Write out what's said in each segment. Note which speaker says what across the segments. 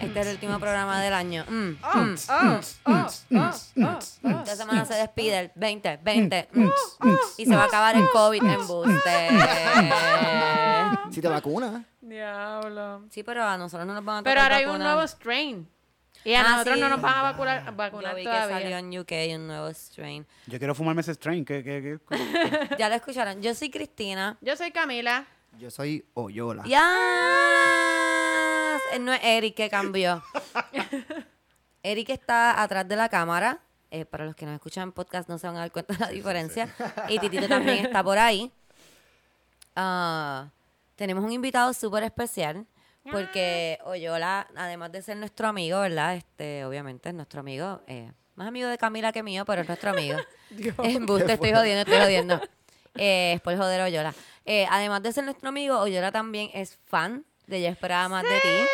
Speaker 1: Este es el último programa del año. Mm,
Speaker 2: Oh,
Speaker 1: mm.
Speaker 2: oh, oh, oh, oh, oh.
Speaker 1: Esta semana se despide el 20, 20. mm, mm. Mm. y se va a acabar el COVID en buste.
Speaker 3: Si te vacunas.
Speaker 2: Diablo.
Speaker 1: Sí, pero a nosotros no nos van a tocar
Speaker 2: Pero ahora hay un
Speaker 1: vacuna.
Speaker 2: nuevo strain. Y a
Speaker 1: Ah,
Speaker 2: nosotros
Speaker 1: sí.
Speaker 2: no nos van a vacunar, a
Speaker 1: Yo
Speaker 2: vacunar
Speaker 1: vi que salió
Speaker 2: todavía.
Speaker 1: en UK un nuevo strain.
Speaker 4: Yo quiero fumarme ese strain. ¿Qué, qué, qué?
Speaker 1: Ya lo escucharon. Yo soy Cristina.
Speaker 2: Yo soy Camila.
Speaker 3: Yo soy Oyola.
Speaker 1: ¡Ya! No es Eric que cambió. Eric está atrás de la cámara. Eh, para los que nos escuchan en podcast no se van a dar cuenta de la diferencia. Y Titito también está por ahí. Ah, tenemos un invitado súper especial. Porque Oyola, además de ser nuestro amigo, ¿verdad? Este, obviamente es nuestro amigo. eh, más amigo de Camila que mío, pero es nuestro amigo. Embuste, estoy jodiendo, estoy jodiendo. Eh, es por joder a Oyola. Eh, además de ser nuestro amigo, Oyola también es fan de Ya Esperaba Más de Ti.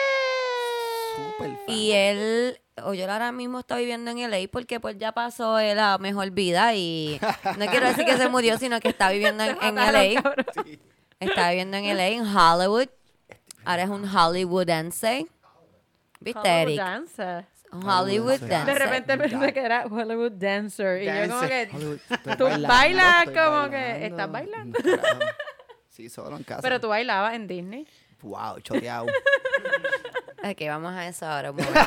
Speaker 3: Súper fan.
Speaker 1: Y
Speaker 2: eh,
Speaker 1: él, Oyola ahora mismo está viviendo en LA porque pues ya pasó eh, la mejor vida y no quiero decir que se murió, sino que está viviendo en, en LA. Está viviendo en LA, en Hollywood. Ahora es un hollywoodense. ¿Viste,
Speaker 2: Hollywood
Speaker 1: Eric?
Speaker 2: Dancer.
Speaker 1: Un Hollywood
Speaker 2: De
Speaker 1: dancer.
Speaker 2: repente pensé que era Hollywood Dancer. Y yo como
Speaker 4: Dancer.
Speaker 2: que...
Speaker 3: Hollywood, estoy
Speaker 2: Tú
Speaker 3: bailando,
Speaker 2: bailas
Speaker 3: estoy
Speaker 2: como que-
Speaker 3: bailando.
Speaker 2: ¿estás bailando?
Speaker 3: Carajo. Sí, solo en casa.
Speaker 2: Pero tú bailabas en Disney.
Speaker 3: Wow, choteado.
Speaker 1: Ok, vamos a eso ahora. un momento.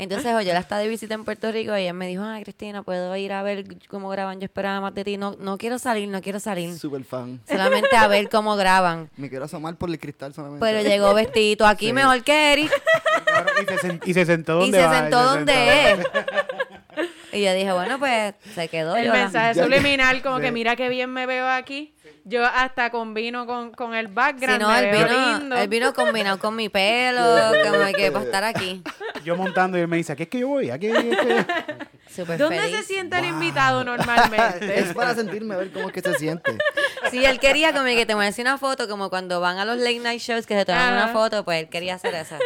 Speaker 1: Entonces, oye, la está de visita en Puerto Rico y ella me dijo, ah, Cristina, puedo ir a ver cómo graban. Yo esperaba más de ti. No, no quiero salir, no quiero salir.
Speaker 3: Súper fan.
Speaker 1: Solamente a ver cómo graban.
Speaker 3: Me quiero asomar por el cristal solamente.
Speaker 1: Pero llegó vestidito aquí
Speaker 4: Sí.
Speaker 1: mejor que Eric
Speaker 4: Claro, y, se sen- y se sentó
Speaker 1: y
Speaker 4: donde
Speaker 1: se
Speaker 4: va,
Speaker 1: sentó donde
Speaker 4: sentó.
Speaker 1: es. Y yo dije, bueno, pues se quedó.
Speaker 2: El
Speaker 1: yo la-
Speaker 2: mensaje
Speaker 3: Ya-
Speaker 2: subliminal, como que
Speaker 4: Sí.
Speaker 2: mira qué bien me veo aquí. Yo hasta combino con, con el
Speaker 1: Si
Speaker 2: background.
Speaker 1: no,
Speaker 2: me
Speaker 1: el
Speaker 2: veo
Speaker 1: vino,
Speaker 2: lindo.
Speaker 1: el vino combinado con mi pelo, como que para estar aquí.
Speaker 4: Yo montando y él me dice, aquí es que yo voy, aquí es que...
Speaker 1: Súper
Speaker 2: ¿Dónde
Speaker 1: feliz.
Speaker 2: se siente el invitado normalmente?
Speaker 3: es para sentirme a ver cómo es que se siente.
Speaker 1: Sí, él quería como que te merece una foto, como cuando van a los late night shows que se toman
Speaker 2: Ajá.
Speaker 1: una foto, pues él quería hacer esa.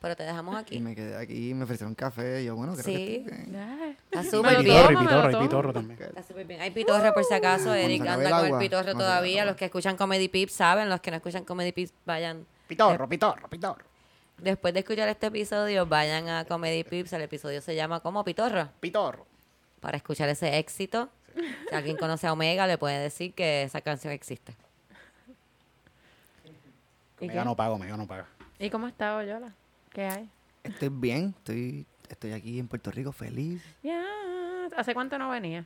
Speaker 1: Pero te dejamos
Speaker 3: Y
Speaker 1: aquí.
Speaker 3: me quedé aquí, me ofrecieron café. Y yo, bueno, creo
Speaker 1: Sí.
Speaker 3: que estoy bien.
Speaker 2: Ay,
Speaker 1: Está
Speaker 2: Me
Speaker 1: súper
Speaker 2: lo
Speaker 4: Y
Speaker 1: bien.
Speaker 4: pitorro, y
Speaker 2: tomo, me lo
Speaker 4: pitorro, y
Speaker 2: tomo.
Speaker 4: pitorro también.
Speaker 1: Está súper bien. Hay pitorra por si acaso. Eric
Speaker 3: se acabó
Speaker 1: anda
Speaker 3: el
Speaker 1: con el
Speaker 3: agua.
Speaker 1: pitorro
Speaker 3: Cuando se
Speaker 1: todavía.
Speaker 3: acabó.
Speaker 1: Los que escuchan Comedy Pips saben. Los que no escuchan Comedy Pips, vayan.
Speaker 4: Pitorro, pitorro, pitorro.
Speaker 1: Después de escuchar este episodio, vayan a Comedy Pips. El episodio se llama como Pitorro.
Speaker 4: Pitorro.
Speaker 1: Para escuchar ese éxito. Si alguien conoce a Omega, le puede decir que esa canción existe. ¿Y
Speaker 4: Mega
Speaker 1: qué?
Speaker 4: no pago, mega no pago.
Speaker 2: ¿Y cómo está Oyola? ¿Qué hay?
Speaker 3: Estoy bien, estoy, estoy aquí en Puerto Rico feliz.
Speaker 2: Ya. ¿Hace cuánto no venía?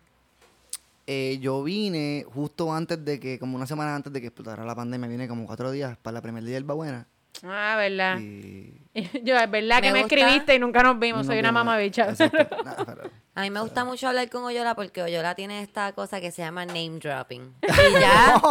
Speaker 3: Eh, yo vine justo antes de que, como una semana antes de que explotara la pandemia, vine como cuatro días para la primer día del Babuena.
Speaker 2: Ah, verdad.
Speaker 3: Y
Speaker 2: Yo, es verdad que
Speaker 1: Me
Speaker 2: me
Speaker 1: gusta.
Speaker 2: escribiste y nunca nos vimos. Soy
Speaker 3: no
Speaker 2: una
Speaker 3: tengo-
Speaker 2: mamabicha.
Speaker 3: Exacto. Nada, pero-
Speaker 1: A mí me gusta mucho hablar con Oyola porque Oyola tiene esta cosa que se llama name dropping. Y ya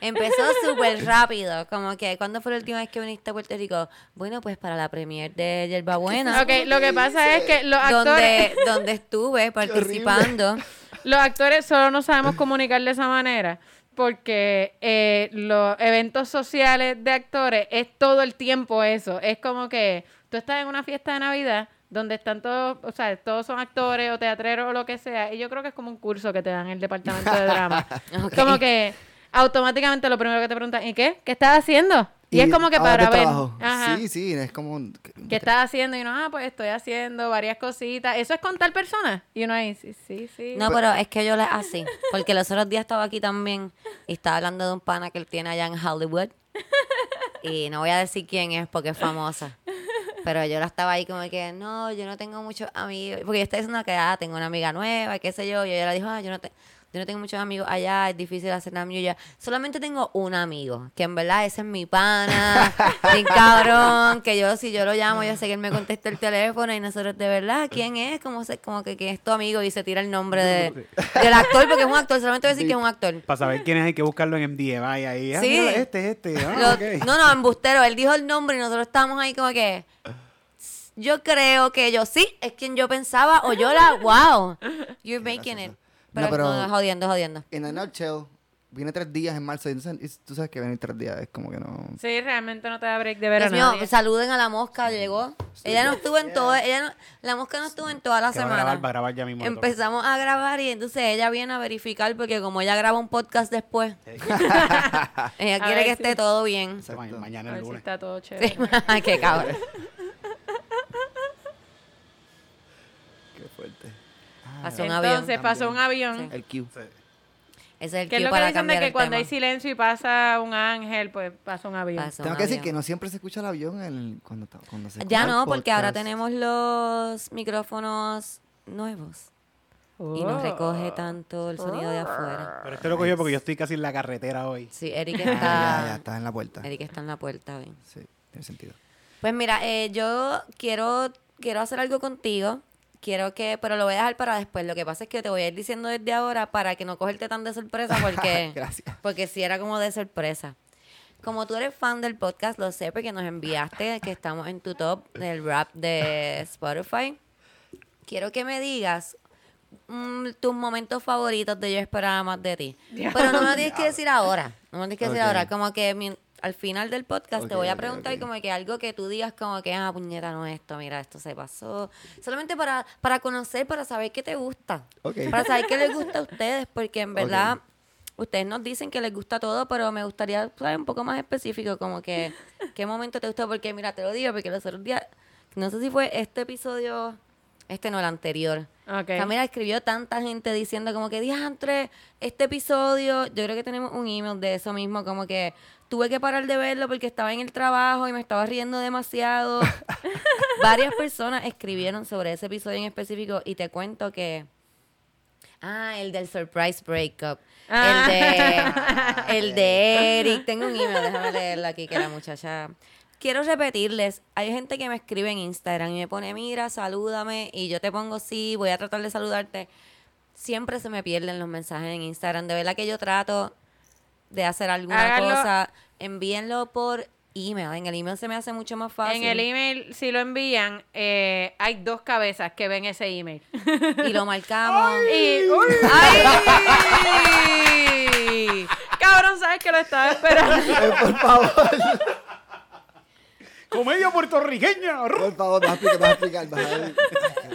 Speaker 1: empezó súper rápido. Como que, ¿cuándo fue la última vez que viniste a Puerto Rico? Bueno, pues para la premier de Yerba Buena.
Speaker 2: Ok, lo que pasa es que los actores,
Speaker 1: Donde, donde estuve participando.
Speaker 2: los actores solo no sabemos comunicar de esa manera. Porque eh, los eventos sociales de actores es todo el tiempo eso. Es como que tú estás en una fiesta de Navidad donde están todos, o sea, todos son actores o teatreros o lo que sea. Y yo creo que es como un curso que te dan en el departamento de drama.
Speaker 1: Ok.
Speaker 2: Como que automáticamente lo primero que te preguntan, ¿y qué? ¿Qué estás haciendo? Y, es como que
Speaker 3: ah,
Speaker 2: para
Speaker 3: de
Speaker 2: ver.
Speaker 3: trabajo.
Speaker 2: Ajá.
Speaker 3: Sí, sí, es como.
Speaker 2: ¿Qué estás haciendo? Y uno, ah, pues estoy haciendo varias cositas. Eso es con tal persona. Y uno ahí, sí, sí, sí.
Speaker 1: No, pero es que Oyola es así. Porque los otros días estaba aquí también y estaba hablando de un pana que él tiene allá en Hollywood. Y no voy a decir quién es porque es famosa. Pero yo la estaba ahí como que, no, yo no tengo muchos amigos. Porque yo estaba diciendo que, ah, tengo una amiga nueva, qué sé yo. Y ella le dijo, ah, yo no, te- yo no tengo muchos amigos allá, es difícil hacer amigos allá. Solamente tengo un amigo, que en verdad ese es mi pana, bien cabrón, que yo, si yo lo llamo, yo sé que él me contesta el teléfono y nosotros, de verdad, ¿quién es? ¿Cómo se, como que quién es tu amigo? Y se tira el nombre de- del actor, porque es un actor, solamente voy a decir que es un actor.
Speaker 4: Para saber quién es, hay que buscarlo en MDMI ahí. Ah,
Speaker 1: Sí.
Speaker 4: mira, este, este. Ah,
Speaker 1: Lo-
Speaker 4: ok.
Speaker 1: No, no, embustero. Él dijo el nombre y nosotros estábamos ahí como que. Yo creo que yo sí, es quien yo pensaba. O yo la, wow. You're making it.
Speaker 3: gracioso.
Speaker 1: Pero no,
Speaker 3: No, pero-
Speaker 1: jodiendo, jodiendo.
Speaker 3: En a nutshell, vine tres días en marzo. Y entonces- y tú sabes que venir tres días es como que no.
Speaker 2: Sí, realmente no te da break de ver a
Speaker 1: Dios mío,
Speaker 2: nadie.
Speaker 1: saluden a la mosca, llegó. Ella no estuvo en todo, ella no- la mosca no estuvo en toda la
Speaker 4: Que va a grabar, va a
Speaker 1: semana.
Speaker 4: grabar ya mismo. le toca.
Speaker 1: Empezamos a grabar y entonces ella viene a verificar porque como ella graba un podcast después, ella
Speaker 2: A
Speaker 1: quiere
Speaker 2: ver
Speaker 1: que
Speaker 2: si-
Speaker 1: esté todo bien.
Speaker 4: Ma-
Speaker 3: Exacto.
Speaker 2: A
Speaker 4: Mañana el
Speaker 2: ver si
Speaker 4: lunes.
Speaker 2: está todo chévere.
Speaker 1: Sí, qué cabrón.
Speaker 3: Qué fuerte.
Speaker 1: Pasó un avión.
Speaker 2: Entonces pasó un avión.
Speaker 3: El Q.
Speaker 1: Ese es el
Speaker 2: Que
Speaker 1: cue
Speaker 2: es lo que
Speaker 1: para
Speaker 2: dicen de
Speaker 1: cambiar
Speaker 2: que
Speaker 1: el
Speaker 2: cuando
Speaker 1: tema.
Speaker 2: hay silencio y pasa un ángel, pues pasa un avión.
Speaker 1: Pasó un
Speaker 3: Tengo que decir
Speaker 1: avión.
Speaker 3: que no siempre se escucha el avión el- cuando, ta- cuando se escucha
Speaker 1: Ya
Speaker 3: el
Speaker 1: no, porque ahora
Speaker 3: podcast.
Speaker 1: tenemos los micrófonos nuevos y no
Speaker 2: Oh.
Speaker 1: recoge tanto el sonido de afuera.
Speaker 4: Pero esto lo cogió porque yo estoy casi en la carretera hoy.
Speaker 1: Sí, Eric
Speaker 3: Ah, ya, ya,
Speaker 1: está,
Speaker 3: está en la puerta.
Speaker 1: Eric está en la puerta. ven.
Speaker 3: Sí, tiene sentido.
Speaker 1: Pues mira, eh, yo quiero, quiero hacer algo contigo. Quiero que, pero lo voy a dejar para después. Lo que pasa es que te voy a ir diciendo desde ahora para que no cogerte tan de sorpresa porque,
Speaker 3: Gracias.
Speaker 1: porque si era como de sorpresa. Como tú eres fan del podcast, lo sé porque nos enviaste que estamos en tu top del rap de Spotify. Quiero que me digas mm, tus momentos favoritos de Yo Esperaba Más de Ti. Pero no me lo tienes que decir ahora. No me lo tienes que decir
Speaker 3: Ok.
Speaker 1: ahora. Como que mi- al final del podcast te
Speaker 3: Ok,
Speaker 1: voy a
Speaker 3: ok,
Speaker 1: preguntar
Speaker 3: ok.
Speaker 1: como que algo que tú digas como que, ah, puñeta, no esto, mira, esto se pasó. Solamente para, para conocer, para saber qué te gusta.
Speaker 3: Ok. Eh,
Speaker 1: Para saber qué les gusta a ustedes, porque en
Speaker 3: Ok.
Speaker 1: verdad... Ustedes nos dicen que les gusta todo, pero me gustaría saber un poco más específico, como que qué momento te gustó, porque mira, te lo digo, porque los otros días, no sé si fue este episodio, este no, el anterior.
Speaker 2: Ok.
Speaker 1: Camila escribió tanta gente diciendo como que, diantre, este episodio, yo creo que tenemos un email de eso mismo, como que tuve que parar de verlo porque estaba en el trabajo y me estaba riendo demasiado. Varias personas escribieron sobre ese episodio en específico y te cuento que... Ah, el del surprise breakup.
Speaker 2: Ah.
Speaker 1: El de el de Eric. Tengo un email, déjame leerlo aquí que la muchacha. Quiero repetirles, hay gente que me escribe en Instagram y me pone, "Mira, salúdame" y yo te pongo sí, voy a tratar de saludarte. Siempre se me pierden los mensajes en Instagram, de verdad que yo trato de hacer alguna
Speaker 2: Háganlo.
Speaker 1: cosa, envíenlo por email, en el email se me hace mucho más fácil.
Speaker 2: En el email, si lo envían, eh, hay dos cabezas que ven ese email.
Speaker 1: y lo marcamos.
Speaker 2: Y- ¡Ay! Cabrón, sabes que lo estaba esperando.
Speaker 3: Eh, por favor,
Speaker 4: Comedia puertorriqueña.
Speaker 3: por favor, vas a explicar, vas a explicar. Vas a ver.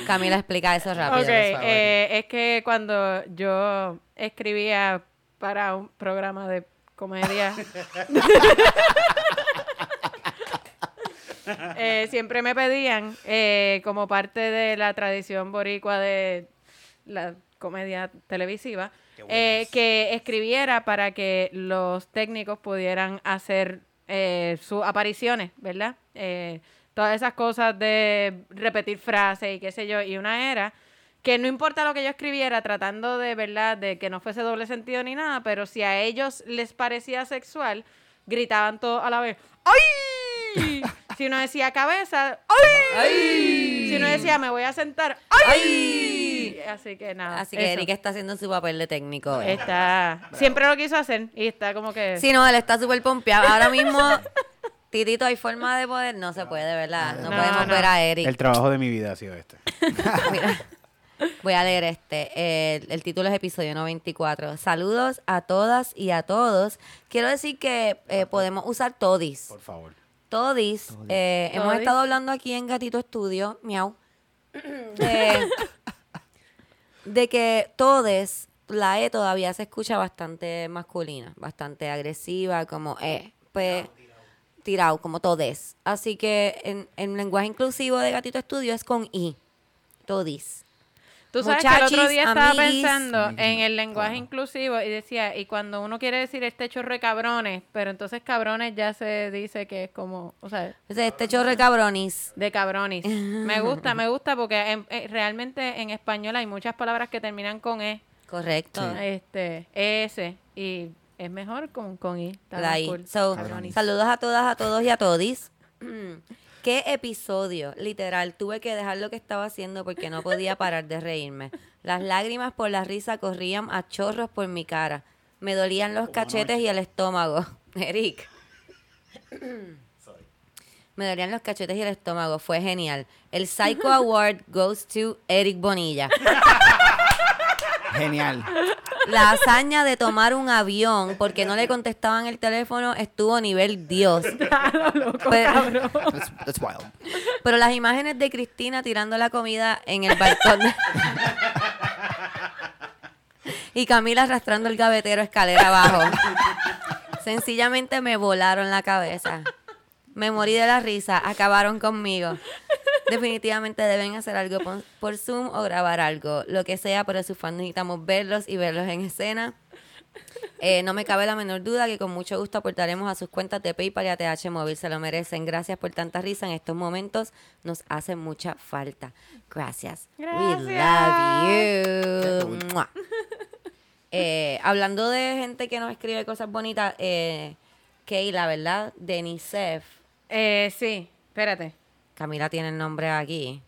Speaker 1: Camila explica eso rápido.
Speaker 2: Ok, eh, es que cuando yo escribía para un programa de comedia, eh, siempre me pedían, eh, como parte de la tradición boricua de la comedia televisiva,
Speaker 4: Qué bueno
Speaker 2: eh,
Speaker 4: es.
Speaker 2: que escribiera para que los técnicos pudieran hacer eh, sus apariciones, ¿verdad? Eh, todas esas cosas de repetir frases y qué sé yo. Y una era que no importa lo que yo escribiera, tratando de, ¿verdad?, de que no fuese doble sentido ni nada, pero si a ellos les parecía sexual, gritaban todos a la vez, ¡ay! Si uno decía cabeza, ¡ay! Si uno decía me voy a sentar, ¡ay! Así que nada.
Speaker 1: Así que
Speaker 2: eso.
Speaker 1: Erika está haciendo su papel de técnico. hoy.
Speaker 2: Está. Siempre lo quiso hacer y está como que.
Speaker 1: Sí, no, él está súper pompeado. Ahora mismo, Titito, hay forma de poder. No se puede, ¿verdad? No,
Speaker 2: No,
Speaker 1: podemos
Speaker 2: no.
Speaker 1: ver a Eric.
Speaker 4: El trabajo de mi vida ha sido este.
Speaker 1: Mira, voy a leer este. El, el título es episodio 94. Saludos a todas y a todos. Quiero decir que eh, podemos usar todis.
Speaker 4: Por favor.
Speaker 1: Todis. eh, Hemos
Speaker 2: Todis.
Speaker 1: estado hablando aquí en Gatito Estudio, miau, de, de que todes, la E todavía se escucha bastante masculina, bastante agresiva, como E, P, tirado, como todes. Así que en, en lenguaje inclusivo de Gatito Estudio es con I, todis.
Speaker 2: Tú sabes que el otro
Speaker 1: Muchachis,
Speaker 2: día estaba
Speaker 1: amiguis.
Speaker 2: pensando en el lenguaje inclusivo y decía, y cuando uno quiere decir este chorro de cabrones, pero entonces cabrones ya se dice que es como, o sea,
Speaker 1: Entonces, este chorre cabronis.
Speaker 2: de cabronis. Me gusta, me gusta porque en- eh, realmente en español hay muchas palabras que terminan con E,
Speaker 1: Correcto.
Speaker 2: este, ES, y es mejor con, con I. está
Speaker 1: La
Speaker 2: más
Speaker 1: I.
Speaker 2: cool.
Speaker 1: So,
Speaker 2: Cabronis.
Speaker 1: saludos a todas, a todos y a todis. ¿Qué episodio? Literal, tuve que dejar lo que estaba haciendo porque no podía parar de reírme. Las lágrimas por la risa corrían a chorros por mi cara. Me dolían los cachetes y el estómago. Eric. Me dolían los cachetes y el estómago. Fue genial. El Psycho Award goes to Eric Bonilla.
Speaker 3: Genial.
Speaker 1: la hazaña de tomar un avión porque no le contestaban el teléfono estuvo a nivel Dios.
Speaker 2: Claro, loco,
Speaker 1: Pero-
Speaker 2: cabrón.
Speaker 3: That's, that's wild.
Speaker 1: Pero las imágenes de Cristina tirando la comida en el balcón. de- y Camila arrastrando el gavetero escalera abajo. Sencillamente me volaron la cabeza. Me morí de la risa. Acabaron conmigo. Definitivamente deben hacer algo pon- por Zoom o grabar algo. Lo que sea, pero sus fans necesitamos verlos y verlos en escena. Eh, no me cabe la menor duda que con mucho gusto aportaremos a sus cuentas de PayPal y ATH Móvil. Se lo merecen. Gracias por tanta risa en estos momentos. Nos hace mucha falta. Gracias. We
Speaker 2: Gracias.
Speaker 1: love you. Mua. Eh, hablando de gente que nos escribe cosas bonitas, eh, Kay, la verdad, Denisef.
Speaker 2: Eh, sí, espérate.
Speaker 1: Camila tiene el nombre aquí.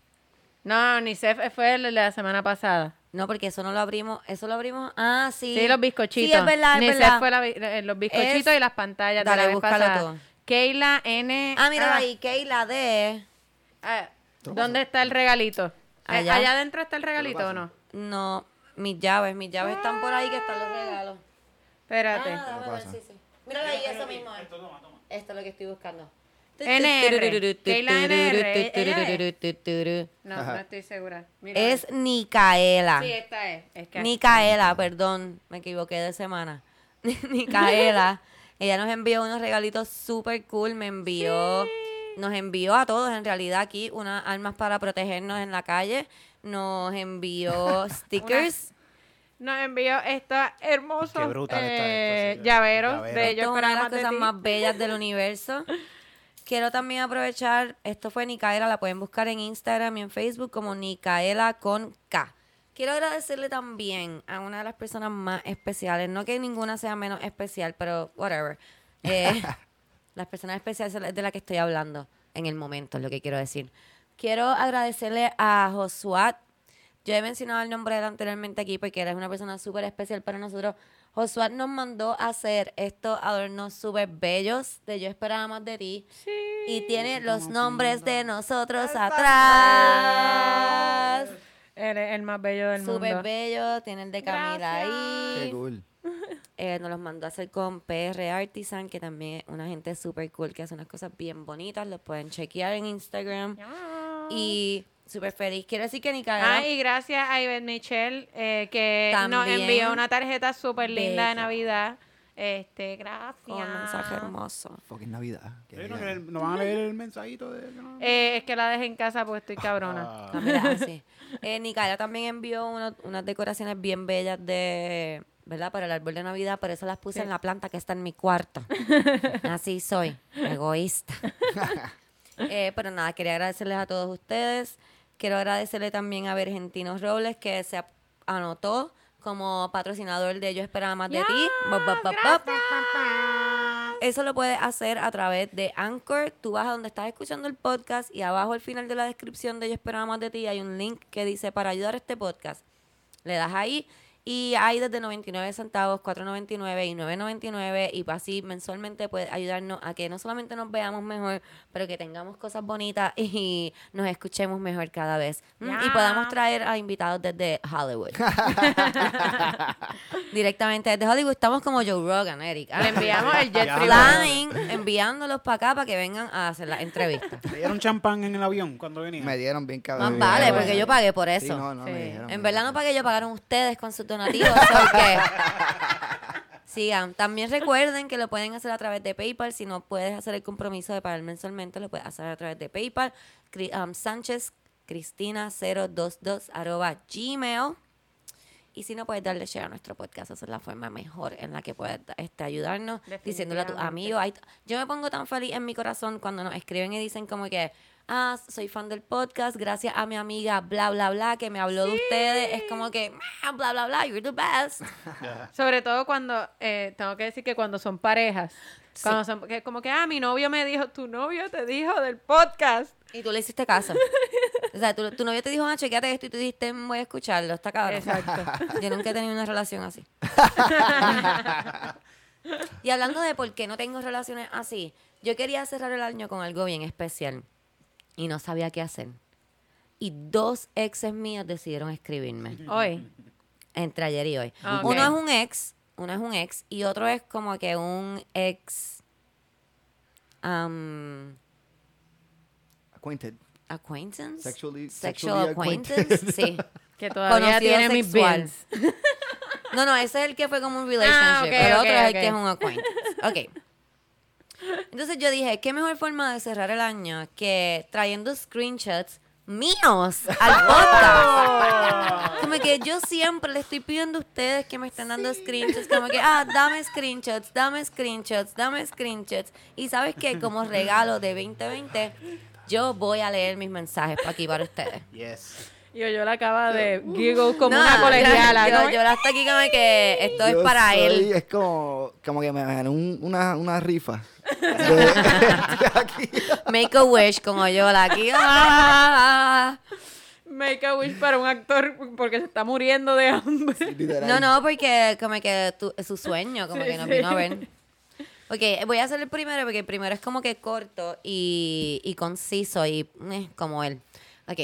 Speaker 2: No, Unicef fue el de la semana pasada.
Speaker 1: No, porque eso no lo abrimos. Eso lo abrimos. Ah, sí.
Speaker 2: Sí, los bizcochitos.
Speaker 1: Sí, es verdad, es
Speaker 2: Unicef
Speaker 1: verdad.
Speaker 2: fue la vi- eh, los bizcochitos
Speaker 1: Es-
Speaker 2: y las pantallas
Speaker 1: Dale,
Speaker 2: de la vez
Speaker 1: búscalo
Speaker 2: pasada.
Speaker 1: todo.
Speaker 2: Keila N.
Speaker 1: Ah, mira
Speaker 2: Ah,
Speaker 1: ahí, Kay, la de.
Speaker 2: ah, ¿Dónde está el regalito? Eh,
Speaker 1: Allá.
Speaker 2: Allá. adentro está el regalito o no?
Speaker 1: No, mis llaves, mis llaves están por ahí que están los regalos.
Speaker 2: Espérate.
Speaker 1: Ah, déjame ver, sí, sí. Míralo ahí, eso mismo. es. Esto es lo que estoy buscando.
Speaker 2: NR, Keila NR, No,
Speaker 3: Ajá.
Speaker 2: no estoy segura. Mira.
Speaker 1: Es Nicaela.
Speaker 2: Sí, esta es. es que-
Speaker 1: Nicaela, perdón, me equivoqué de semana. Nicaela, ella nos envió unos regalitos super cool, me envió, nos envió a todos en realidad aquí unas armas para protegernos en la calle, nos envió stickers.
Speaker 2: Nos envió estos hermosos
Speaker 4: Qué brutal está
Speaker 2: eh,
Speaker 4: esto, sí.
Speaker 2: llaveros
Speaker 4: Llaveros.
Speaker 2: de
Speaker 1: Esto es
Speaker 2: ellos
Speaker 1: una de
Speaker 2: para
Speaker 1: las
Speaker 2: más de
Speaker 1: cosas
Speaker 2: ti.
Speaker 1: más bellas del universo. Quiero también aprovechar, esto fue Nicaela, la pueden buscar en Instagram y en Facebook como Nicaela con K. Quiero agradecerle también a una de las personas más especiales, no que ninguna sea menos especial, pero whatever. Eh, las personas especiales son las de las que estoy hablando en el momento, es lo que quiero decir. Quiero agradecerle a Josuat. Yo he mencionado el nombre de él anteriormente aquí porque él es una persona súper especial para nosotros. Josuat nos mandó a hacer estos adornos súper bellos de Yo Esperaba Más de Ti. Y tiene los nombres de nosotros atrás.
Speaker 2: Él es el más bello del
Speaker 1: Súper
Speaker 2: mundo.
Speaker 1: bello. Tiene el de Camila
Speaker 2: Gracias.
Speaker 1: ahí.
Speaker 3: Qué cool.
Speaker 1: Eh, nos los mandó a hacer con PR Artisan, que también es una gente súper cool que hace unas cosas bien bonitas. Los pueden chequear en Instagram.
Speaker 2: Ah.
Speaker 1: Y súper feliz. Quiero decir que Nicaragua.
Speaker 2: Ah, y gracias a Ivette Michelle, eh, que nos
Speaker 1: También.
Speaker 2: envió una tarjeta súper linda de
Speaker 1: Bella.
Speaker 2: Navidad. Este, gracias.
Speaker 1: con un mensaje hermoso.
Speaker 3: Fucking Navidad. Qué
Speaker 4: Sí, no,
Speaker 3: vida.
Speaker 4: que no van a leer el mensajito de... que no-
Speaker 2: Eh, es que la dejé en casa porque estoy cabrona.
Speaker 4: Ah.
Speaker 1: Camila, así. Eh, Nicaragua también envió uno- unas decoraciones bien bellas de. ¿Verdad? Para el árbol de Navidad, pero eso las puse en la planta que está en mi cuarto. Así soy, egoísta. Eh, pero nada, quería agradecerles a todos ustedes. Quiero agradecerle también a Vergentino Robles que se ap- anotó como patrocinador de Yo Esperaba Más de Ti. Bop, bop, bop, bop. Eso lo puedes hacer a través de Anchor. Tú vas a donde estás escuchando el podcast y abajo al final de la descripción de Yo Esperaba Más de Ti hay un link que dice para ayudar a este podcast. Le das ahí y hay desde 99 centavos, 4.99 y 9.99 y así mensualmente puede ayudarnos a que no solamente nos veamos mejor, pero que tengamos cosas bonitas y nos escuchemos mejor cada vez. Mm, Y
Speaker 2: Ya.
Speaker 1: podamos traer a invitados desde Hollywood. Directamente desde Hollywood estamos como Joe Rogan, Eric.
Speaker 2: Le enviamos el jet
Speaker 4: Ya.
Speaker 2: privado.
Speaker 1: Flying, enviándolos para acá para que vengan a hacer las entrevistas.
Speaker 4: ¿Le dieron champán en el avión cuando venía?
Speaker 3: Me dieron bien cabrón.
Speaker 1: Más vale,
Speaker 2: bueno.
Speaker 1: porque yo pagué por
Speaker 3: Sí,
Speaker 1: eso.
Speaker 3: no, no, me
Speaker 2: Sí.
Speaker 3: dijeron,
Speaker 1: En
Speaker 3: me
Speaker 1: verdad no
Speaker 3: dijeron.
Speaker 1: pagué, yo pagaron ustedes con sus donativos. así que Sigan. También recuerden que lo pueden hacer a través de PayPal. Si no puedes hacer el compromiso de pagar mensualmente, lo puedes hacer a través de PayPal. Cri- um, Sánchez Cristina 022 arroba gmail. Y si no puedes darle share a nuestro podcast, esa es la forma mejor en la que puedes este, ayudarnos, diciéndole a tus
Speaker 2: Definitivamente.
Speaker 1: amigos. Ay, Yo me pongo tan feliz en mi corazón cuando nos escriben y dicen como que, ah, soy fan del podcast, gracias a mi amiga, bla, bla, bla, que me habló de ustedes. Es como que, "Ah, bla, bla, bla, you're the best.
Speaker 2: Sobre todo cuando, eh, tengo que decir que cuando son parejas. Cuando son, que como que, ah, mi novio me dijo, tu novio te dijo del podcast.
Speaker 1: Y tú le hiciste caso. O sea, tu, tu novio te dijo, ah, chequeate esto y tú dijiste, "Mm, voy a escucharlo, está cabrón.
Speaker 2: Exacto.
Speaker 1: Yo nunca he tenido una relación así. y hablando de por qué no tengo relaciones así, yo quería cerrar el año con algo bien especial y no sabía qué hacer. Y dos exes míos decidieron escribirme.
Speaker 2: Hoy.
Speaker 1: entre ayer y hoy.
Speaker 2: Ah, ok.
Speaker 1: Uno es un ex, uno es un ex, y otro es como que un ex um, am,
Speaker 3: Acquainted.
Speaker 1: acquaintance.
Speaker 3: Sexually-
Speaker 1: Sexual
Speaker 3: sexually
Speaker 1: acquaintance, sí.
Speaker 2: Que todavía
Speaker 1: Conocido
Speaker 2: tiene mis
Speaker 1: sexual.
Speaker 2: bienes.
Speaker 1: No, no, ese es el que fue como un relationship.
Speaker 2: Ah, ok,
Speaker 1: el
Speaker 2: ok,
Speaker 1: otro es el
Speaker 2: ok.
Speaker 1: que es un acquaintance. Ok. Entonces yo dije, ¿qué mejor forma de cerrar el año que trayendo screenshots míos
Speaker 2: ¡Oh!
Speaker 1: al podcast? Como que yo siempre le estoy pidiendo a ustedes que me estén dando screenshots, como que, ah, dame screenshots, dame screenshots, dame screenshots. Y sabes que como regalo de 2020, yo voy a leer mis mensajes pa' aquí para ustedes.
Speaker 4: Yes.
Speaker 2: Y yo la acaba de giggle como
Speaker 1: No,
Speaker 2: una colegiala.
Speaker 1: Yo,
Speaker 2: ¿no?
Speaker 1: yo hasta aquí como que esto es
Speaker 3: Yo
Speaker 1: para
Speaker 3: soy-
Speaker 1: él.
Speaker 3: Es como, como que me gané un- una, una rifa. De- aquí.
Speaker 1: Make a wish como yo la aquí. ah.
Speaker 2: Make a wish para un actor porque se está muriendo de hambre.
Speaker 3: Literal.
Speaker 1: No, no, porque como que tu- es su sueño, como
Speaker 2: Sí,
Speaker 1: que nos
Speaker 2: sí.
Speaker 1: vino a ver. Ok, voy a hacer el primero porque el primero es como que corto y, y conciso y eh, como él. Ok.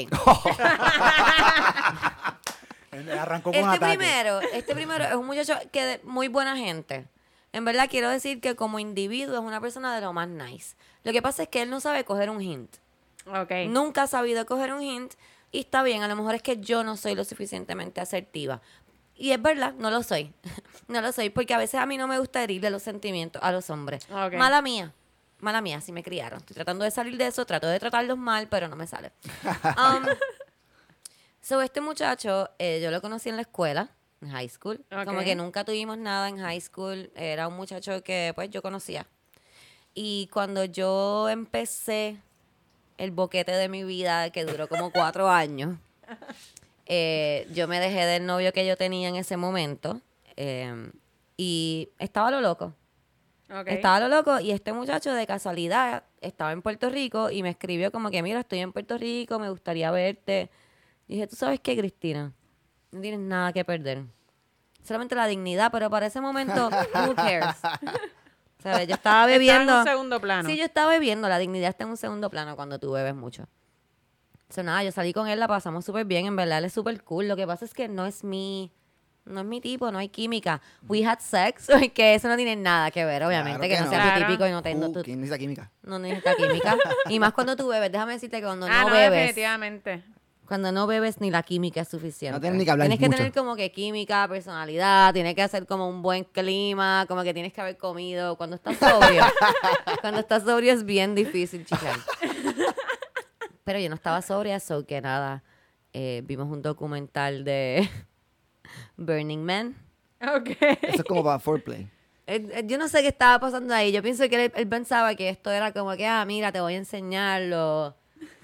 Speaker 4: Él Arrancó con un
Speaker 1: Este
Speaker 4: ataque.
Speaker 1: primero, este primero es un muchacho que de muy buena gente. En verdad quiero decir que como individuo es una persona de lo más nice. Lo que pasa es que él no sabe coger un hint.
Speaker 2: Ok.
Speaker 1: Nunca ha sabido coger un hint y está bien, a lo mejor es que yo no soy lo suficientemente asertiva. Y es verdad, no lo soy. no lo soy porque a veces a mí no me gusta herirle los sentimientos a los hombres.
Speaker 2: Ok.
Speaker 1: Mala mía. Mala mía, así me criaron. Estoy tratando de salir de eso, trato de tratarlos mal, pero no me sale. Um, so, este muchacho, eh, yo lo conocí en la escuela, en high school. Como
Speaker 2: Ok.
Speaker 1: que nunca tuvimos nada en high school. Era un muchacho que, pues, yo conocía. Y cuando yo empecé el boquete de mi vida, que duró como cuatro años, eh, yo me dejé del novio que yo tenía en ese momento. eh, y estaba a lo loco.
Speaker 2: ok.
Speaker 1: Estaba a lo loco y este muchacho de casualidad estaba en Puerto Rico y me escribió como que, mira, estoy en Puerto Rico, me gustaría verte. Y dije, ¿tú sabes qué, Cristina? No tienes nada que perder. Solamente la dignidad, pero para ese momento, who cares? ¿Sabes? Yo estaba
Speaker 2: Estaba en
Speaker 1: bebiendo.
Speaker 2: un segundo plano.
Speaker 1: Sí, yo estaba bebiendo. La dignidad está en un segundo plano cuando tú bebes mucho. So, nada, yo salí con él, la pasamos súper bien. En verdad, él es súper cool. Lo que pasa es que no es mi... No es mi tipo, no hay química. We had sex, que eso no tiene nada que ver, obviamente, que,
Speaker 3: Claro que
Speaker 1: no,
Speaker 3: no.
Speaker 1: sea tu
Speaker 2: Claro.
Speaker 1: típico y pues no, te, no,
Speaker 3: Uh,
Speaker 1: tú-
Speaker 3: ¿Quién necesita química?
Speaker 1: no necesita química. Y más cuando tú bebes, déjame decirte que cuando
Speaker 2: ah,
Speaker 1: no,
Speaker 2: no,
Speaker 1: bebes,
Speaker 2: definitivamente.
Speaker 1: cuando no bebes ni la química es suficiente.
Speaker 3: No tienes ni que hablar
Speaker 1: Tienes que
Speaker 3: mucho.
Speaker 1: tener como que química, personalidad, tienes que hacer como un buen clima, como que tienes que haber comido. Cuando estás sobrio, cuando estás sobrio es bien difícil, chicas. Pero yo no estaba sobria, so que nada. eh, vimos un documental de Burning Man.
Speaker 2: Ok.
Speaker 3: Eso es como para foreplay.
Speaker 1: Eh, eh, Yo no sé qué estaba pasando ahí. Yo pienso que él, él pensaba que esto era como que, ah, mira, te voy a enseñar lo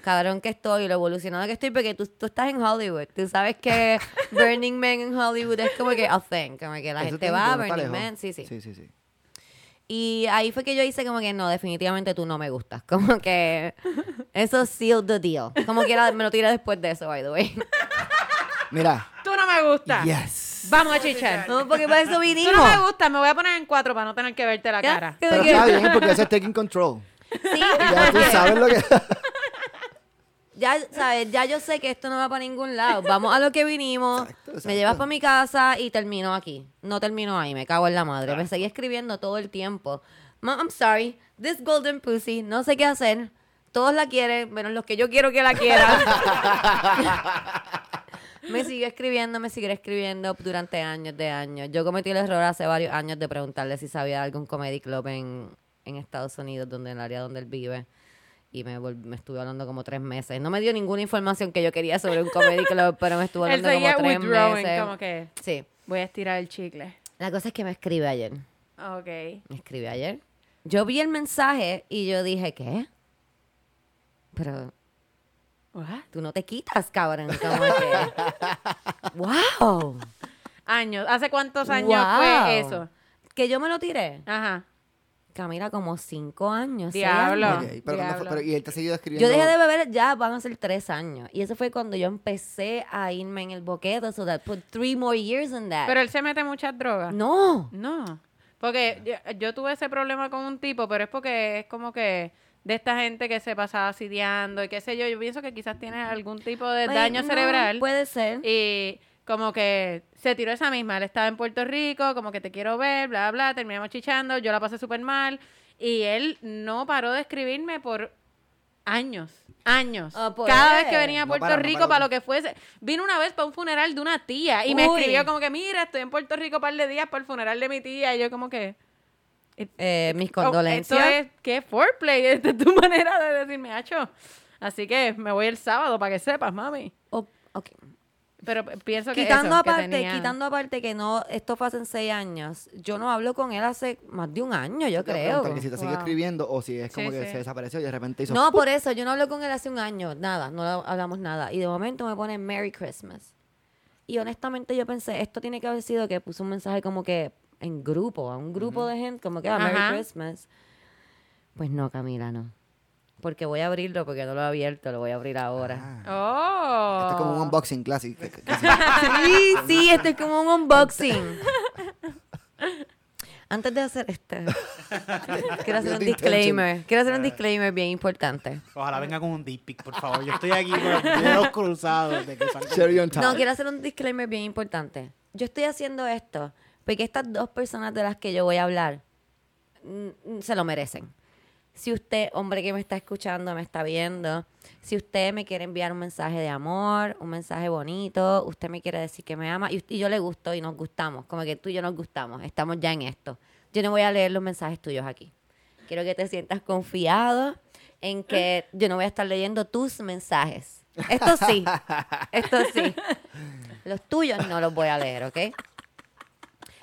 Speaker 1: cabrón que estoy, lo evolucionado que estoy, porque tú, tú estás en Hollywood. Tú sabes que Burning Man en Hollywood es como que a thing, como que la
Speaker 3: Eso
Speaker 1: gente
Speaker 3: tiene
Speaker 1: va a
Speaker 3: como un
Speaker 1: Burning
Speaker 3: parejo.
Speaker 1: Man, sí, sí.
Speaker 3: Sí, sí, sí.
Speaker 1: Y ahí fue que yo hice como que, no, definitivamente tú no me gustas. Como que eso sealed the deal. Como que era, me lo tiré después de eso, by the way.
Speaker 3: Mira.
Speaker 2: Tú no me gustas.
Speaker 3: Yes.
Speaker 2: Vamos a chichar.
Speaker 1: No, porque para eso vinimos.
Speaker 2: Tú no me gustas. Me voy a poner en cuatro para no tener que verte la
Speaker 1: ¿Qué?
Speaker 2: cara.
Speaker 1: Como
Speaker 3: Pero
Speaker 1: que-
Speaker 3: está bien porque eso es taking control.
Speaker 1: Sí,
Speaker 3: Ya tú
Speaker 1: porque-
Speaker 3: sabes lo que...
Speaker 1: Ya, ¿sabes? Ya yo sé que esto no va para ningún lado. Vamos a lo que vinimos.
Speaker 3: Exacto, exacto.
Speaker 1: Me llevas para mi casa y termino aquí. No termino ahí, me cago en la madre. Me seguí escribiendo todo el tiempo. Mom, I'm sorry. This golden pussy, no sé qué hacer. Todos la quieren, menos los que yo quiero que la quieran. me sigue escribiendo, me sigue escribiendo durante años de años. Yo cometí el error hace varios años de preguntarle si sabía de algún comedy club en, en Estados Unidos, donde en el área donde él vive y me, vol- me estuve hablando como tres meses. No me dio ninguna información que yo quería sobre un comedy club, pero me estuvo
Speaker 2: Él
Speaker 1: hablando
Speaker 2: seguía
Speaker 1: como tres
Speaker 2: withdrawing,
Speaker 1: meses.
Speaker 2: como que
Speaker 1: Sí.
Speaker 2: voy a estirar el chicle.
Speaker 1: La cosa es que me escribe ayer.
Speaker 2: Ok.
Speaker 1: Me escribe ayer. Yo vi el mensaje y yo dije, ¿qué? Pero
Speaker 2: What?
Speaker 1: tú no te quitas, cabrón. Como que, ¡Wow!
Speaker 2: Años. ¿Hace cuántos años
Speaker 1: Wow.
Speaker 2: fue eso?
Speaker 1: Que yo me lo tiré.
Speaker 2: Ajá.
Speaker 1: Camila, como cinco años. seis
Speaker 2: Diablo.
Speaker 1: años.
Speaker 3: Ok, pero, cuando fue-
Speaker 2: Diablo.
Speaker 3: pero- y él te ha seguido escribiendo.
Speaker 1: Yo dejé de beber ya, van a ser tres años. Y eso fue cuando yo empecé a irme en el boquete. So that put three more years in that.
Speaker 2: Pero él se mete muchas drogas.
Speaker 1: No.
Speaker 2: No, porque yo, yo tuve ese problema con un tipo, pero es porque es como que de esta gente que se pasaba asidiando y qué sé yo, yo pienso que quizás tiene algún tipo de
Speaker 1: Pues,
Speaker 2: daño
Speaker 1: no,
Speaker 2: cerebral
Speaker 1: Puede ser.
Speaker 2: y como que se tiró esa misma. Él estaba en Puerto Rico, como que te quiero ver, bla, bla, terminamos chichando, yo la pasé súper mal. Y él no paró de escribirme por años, años.
Speaker 1: Ah, pues.
Speaker 2: Cada vez que venía a
Speaker 3: No
Speaker 2: Puerto
Speaker 3: para, no
Speaker 2: Rico
Speaker 3: para.
Speaker 2: para lo que fuese. Vino una vez para un funeral de una tía y me
Speaker 1: Uy.
Speaker 2: escribió como que, mira, estoy en Puerto Rico un par de días para el funeral de mi tía. Y yo como que...
Speaker 1: Eh, mis
Speaker 2: Oh,
Speaker 1: condolencias.
Speaker 2: esto es, ¿qué foreplay? Esta es tu manera de decirme, hacho. Así que me voy el sábado para que sepas, mami.
Speaker 1: Oh, ok.
Speaker 2: Pero p- pienso que
Speaker 1: Quitando
Speaker 2: eso, que
Speaker 1: aparte,
Speaker 2: tenía-
Speaker 1: quitando aparte que no, esto fue hace seis años. Yo no hablo con él hace más de un año, yo
Speaker 3: Te voy a preguntar
Speaker 1: creo.
Speaker 3: que si te sigue
Speaker 2: Wow.
Speaker 3: escribiendo o si es como
Speaker 2: Sí,
Speaker 3: que
Speaker 2: sí.
Speaker 3: se desapareció y de repente hizo.
Speaker 1: No, por eso, yo no hablo con él hace un año, nada, no hablamos nada. Y de momento me pone Merry Christmas. Y honestamente yo pensé, esto tiene que haber sido que puso un mensaje como que en grupo, a un grupo de gente, como que a
Speaker 2: Ajá.
Speaker 1: Merry Christmas. Pues no, Camila, no. Porque voy a abrirlo, porque no lo he abierto, lo voy a abrir ahora.
Speaker 2: Oh.
Speaker 3: Esto Este es como un unboxing clásico.
Speaker 1: Sí, sí, esto es como un unboxing. Antes de hacer esto, quiero hacer un disclaimer. Quiero hacer un disclaimer bien importante.
Speaker 4: Ojalá venga con un deep pic, por favor. Yo estoy aquí con los dedos cruzados de que salga-
Speaker 3: Cherry on top.
Speaker 1: No, quiero hacer un disclaimer bien importante. Yo estoy haciendo esto porque estas dos personas de las que yo voy a hablar mm, mm, se lo merecen. Si usted, hombre que me está escuchando, me está viendo, si usted me quiere enviar un mensaje de amor, un mensaje bonito, usted me quiere decir que me ama y, y yo le gusto y nos gustamos, como que tú y yo nos gustamos, estamos ya en esto. Yo no voy a leer los mensajes tuyos aquí. Quiero que te sientas confiado en que yo no voy a estar leyendo tus mensajes. Esto sí, esto sí. Los tuyos no los voy a leer, ¿ok?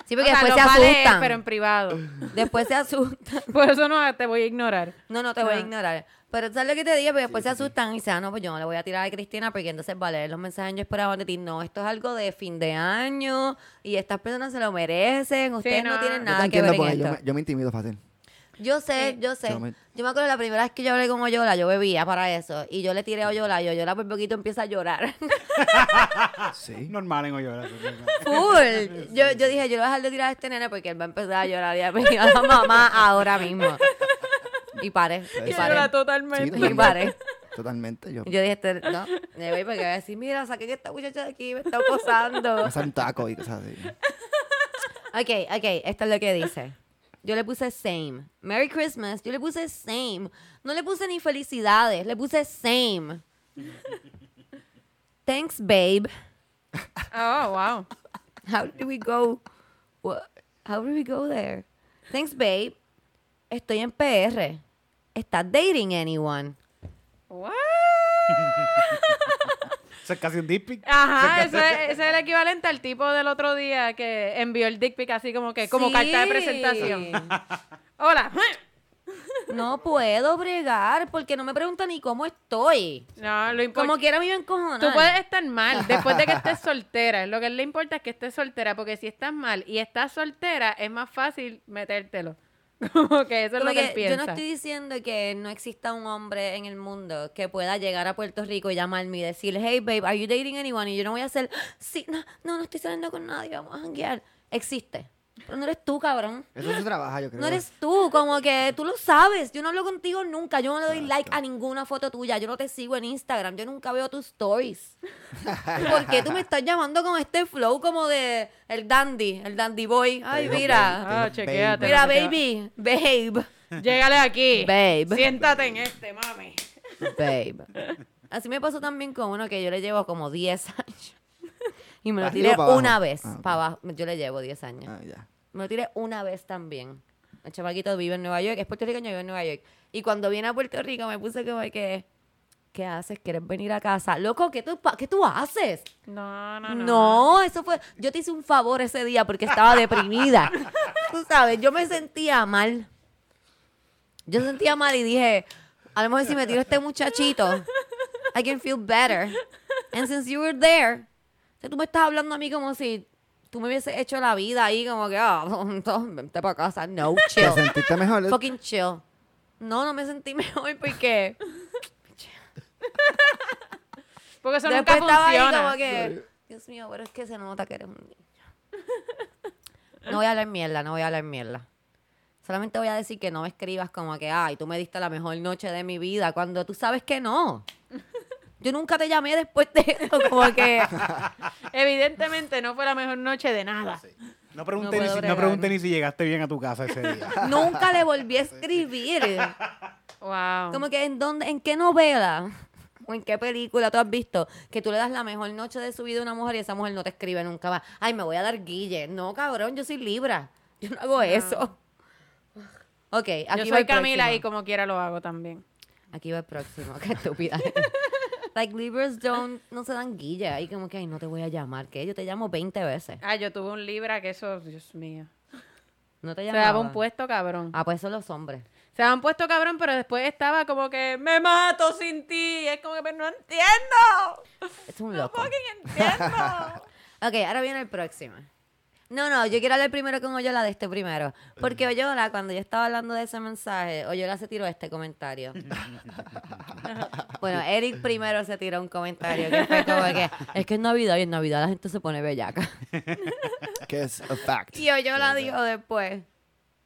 Speaker 1: Sí, porque
Speaker 2: O sea,
Speaker 1: después
Speaker 2: lo
Speaker 1: se
Speaker 2: va a leer,
Speaker 1: asustan.
Speaker 2: pero en privado.
Speaker 1: Después se asustan.
Speaker 2: Por eso no te voy a ignorar.
Speaker 1: No, no te voy a
Speaker 2: Ah.
Speaker 1: ignorar. Pero ¿sabes lo que te digo? Porque después se asustan y dicen, ah, no, pues yo no le voy a tirar a Cristina porque entonces va a leer los mensajes yo esperaba de ti. No, esto es algo de fin de año y estas personas se lo merecen. Ustedes no,
Speaker 2: no.
Speaker 1: tienen
Speaker 2: Yo
Speaker 1: nada
Speaker 3: yo te
Speaker 1: que ver
Speaker 3: entiendo
Speaker 1: en
Speaker 3: porque yo
Speaker 1: esto.
Speaker 3: me, yo me intimido fácil.
Speaker 1: Yo sé, yo sé. Yo
Speaker 3: Yo
Speaker 1: me...
Speaker 3: me-
Speaker 1: acuerdo la primera vez que yo hablé con Oyola, yo bebía para eso. Y yo le tiré a Oyola y Oyola por poquito empieza a llorar.
Speaker 3: Sí.
Speaker 4: Normal en Oyola. eso es normal.
Speaker 1: Full. Yo, yo dije, yo le voy a dejar de tirar a este nene porque él va a empezar a llorar y a pedir a la mamá ahora mismo. Y paré, y
Speaker 2: Que
Speaker 3: Yo
Speaker 1: paré.
Speaker 2: llora
Speaker 3: Sí,
Speaker 2: totalmente.
Speaker 1: Y paré.
Speaker 3: Totalmente. Yo
Speaker 1: Yo dije, este, no, me voy porque voy a decir, mira, saqué que esta muchacha de aquí me está posando.
Speaker 3: me sale un taco y cosas así.
Speaker 1: Ok, ok, esto es lo que dice. Yo le puse same. Merry Christmas, yo le puse same. No le puse ni felicidades, le puse same. Thanks, babe.
Speaker 2: Oh, wow.
Speaker 1: How do we go? wha- How do we go there? Thanks, babe. Estoy en PR. ¿Estás dating anyone?
Speaker 2: What?
Speaker 4: Eso es casi un deep pic.
Speaker 2: Ajá, eso es, ese es el equivalente al tipo del otro día que envió el dick pic así como que, como
Speaker 1: Sí.
Speaker 2: carta de presentación. Hola.
Speaker 1: No puedo bregar porque no me pregunta ni cómo estoy.
Speaker 2: No, lo importante.
Speaker 1: Como quiera me iba a encojonar.
Speaker 2: Tú puedes estar mal después de que estés soltera. Lo que le importa es que estés soltera, porque si estás mal y estás soltera, es más fácil metértelo. Como que eso es
Speaker 1: Como
Speaker 2: lo
Speaker 1: que
Speaker 2: que, él
Speaker 1: yo
Speaker 2: piensa.
Speaker 1: no estoy diciendo que no exista un hombre en el mundo que pueda llegar a Puerto Rico y llamarme y decirle, hey babe, are you dating anyone? Y yo no voy a hacer, sí, no, no, no estoy saliendo con nadie, vamos a janguear. Existe. Pero no eres tú, cabrón.
Speaker 3: Eso se trabaja, yo creo.
Speaker 1: No eres tú, como que tú lo sabes. Yo no hablo contigo nunca. Yo no le doy like a ninguna foto tuya. Yo no te sigo en Instagram. Yo nunca veo tus stories. ¿Por qué tú me estás llamando con este flow como de el dandy, el dandy boy? Ay,
Speaker 3: digo,
Speaker 1: mira.
Speaker 3: babe.
Speaker 2: Ah,
Speaker 3: Baby.
Speaker 2: chequéate.
Speaker 1: Mira,
Speaker 2: no te-
Speaker 1: baby. Babe.
Speaker 2: Llégale aquí.
Speaker 1: Babe.
Speaker 2: Siéntate en este, mami.
Speaker 1: Babe. Así me pasó también con uno que yo le llevo como 10 años. Y me lo
Speaker 3: ¿Para arriba
Speaker 1: tiré
Speaker 3: o para abajo?
Speaker 1: una vez.
Speaker 3: Ah, ok.
Speaker 1: Para abajo. Yo le llevo 10 años.
Speaker 3: Ah, ya.
Speaker 1: Me lo tiré una vez también. El chamaquito vive en Nueva York, es puertorriqueño, vive en Nueva York. Y cuando viene a Puerto Rico me puse como que, ¿qué haces? ¿Quieres venir a casa? Loco, ¿qué tú, pa- qué tú haces?
Speaker 2: No, Ah, no,
Speaker 1: No,
Speaker 2: no.
Speaker 1: eso fue, yo te hice un favor ese día porque estaba deprimida. tú sabes, yo me sentía mal. Yo sentía mal y dije, a lo mejor si me tiro a este muchachito, I can feel better. And since you were there, o sea, tú me estás hablando a mí como si tú me hubieses hecho la vida ahí, como que, ah, tonto, vente para casa. No,
Speaker 3: ¿Te
Speaker 1: chill.
Speaker 3: sentiste mejor?
Speaker 1: Fucking chill. No, no me sentí mejor porque
Speaker 2: Porque eso
Speaker 1: después
Speaker 2: nunca
Speaker 1: estaba ahí
Speaker 2: funciona.
Speaker 1: como que, Dios mío, pero es que se nota que eres un niño. No voy a hablar mierda, no voy a hablar mierda. Solamente voy a decir que no me escribas como que, ay, tú me diste la mejor noche de mi vida, cuando tú sabes que no. yo nunca te llamé después de esto, como que...
Speaker 2: Evidentemente no fue la mejor noche de nada.
Speaker 4: No pregunté,
Speaker 1: No
Speaker 4: ni,
Speaker 1: puedo
Speaker 4: si, no
Speaker 1: bregar.
Speaker 4: pregunté ni si llegaste bien a tu casa ese día.
Speaker 1: Nunca le volví a escribir.
Speaker 2: Wow.
Speaker 1: Como que en dónde, en qué novela o en qué película tú has visto que tú le das la mejor noche de su vida a una mujer y esa mujer no te escribe nunca más. Ay, me voy a dar guille. No, cabrón, yo soy libra. Yo no hago eso. Ok, aquí
Speaker 2: Yo
Speaker 1: va
Speaker 2: soy
Speaker 1: el
Speaker 2: Camila
Speaker 1: próximo.
Speaker 2: y como quiera lo hago también.
Speaker 1: Aquí va el próximo, qué estúpida. like, Libras don't, no se dan guilla. Y como que, ay, no te voy a llamar, que yo te llamo 20 veces.
Speaker 2: Ah, yo tuve un Libra que eso, Dios mío.
Speaker 1: No te
Speaker 2: Se
Speaker 1: llamaba.
Speaker 2: daba un puesto cabrón.
Speaker 1: Ah, pues son los hombres.
Speaker 2: Se daba un puesto cabrón, pero después estaba como que me mato sin ti. Y Es como que "Pero no entiendo.
Speaker 1: Es un
Speaker 2: No
Speaker 1: loco.
Speaker 2: fucking entiendo.
Speaker 1: Ok, ahora viene el próximo. No, no, yo quiero hablar primero con Oyola de este primero.
Speaker 3: Eh.
Speaker 1: Porque Oyola, cuando yo estaba hablando de ese mensaje, Oyola se tiró este comentario. bueno, Eric primero se tiró un comentario que fue como que, es que es Navidad y en Navidad la gente se pone bellaca.
Speaker 3: Que es a fact.
Speaker 1: Y Oyola dijo después,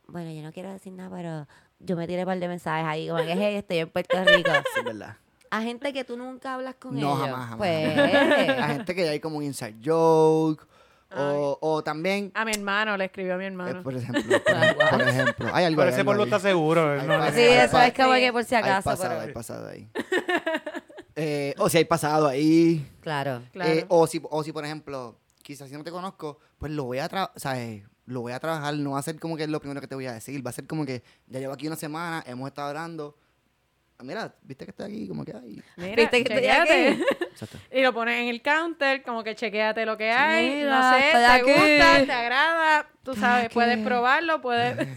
Speaker 1: bueno, yo no quiero decir nada, pero yo me tiré un par de mensajes ahí, como que, hey, estoy en Puerto Rico.
Speaker 3: Sí, es verdad.
Speaker 1: A gente que tú nunca hablas con
Speaker 3: No,
Speaker 1: ellos.
Speaker 3: jamás, jamás.
Speaker 1: Pues,
Speaker 3: Hay gente que ya hay como un inside joke. O, o también,
Speaker 1: Ah,
Speaker 2: A mi hermano le escribió a mi
Speaker 3: eh,
Speaker 2: hermano.
Speaker 3: por ejemplo, por, por ejemplo. Hay algo
Speaker 4: Pero
Speaker 3: hay
Speaker 4: ese
Speaker 3: algo
Speaker 4: pueblo
Speaker 3: ahí.
Speaker 4: está seguro.
Speaker 3: Ahí
Speaker 4: no-
Speaker 3: pasa.
Speaker 1: sí, eso es
Speaker 3: Hay
Speaker 1: como que por si
Speaker 3: Hay
Speaker 1: acaso.
Speaker 3: pasado,
Speaker 1: pero-
Speaker 3: hay pasado ahí. Eh, o si hay pasado ahí.
Speaker 1: Claro.
Speaker 2: Claro.
Speaker 3: Eh, o, si, o si, por ejemplo, quizás si no te conozco, pues lo voy a trabajar, ¿sabes? eh, Lo voy a trabajar, no va a ser como que es lo primero que te voy a decir, va a ser como que ya llevo aquí una semana, hemos estado hablando. Ah, Mira, viste que estoy aquí, como que hay.
Speaker 2: Mira,
Speaker 1: ¿Viste que estoy aquí?
Speaker 2: chequéate.
Speaker 3: Exacto.
Speaker 2: Y lo pones en el counter, como que chequéate lo que hay.
Speaker 1: Mira,
Speaker 2: no sé, te
Speaker 1: estoy aquí.
Speaker 2: gusta, te agrada. Tú sabes,
Speaker 3: aquí.
Speaker 2: puedes probarlo, puedes.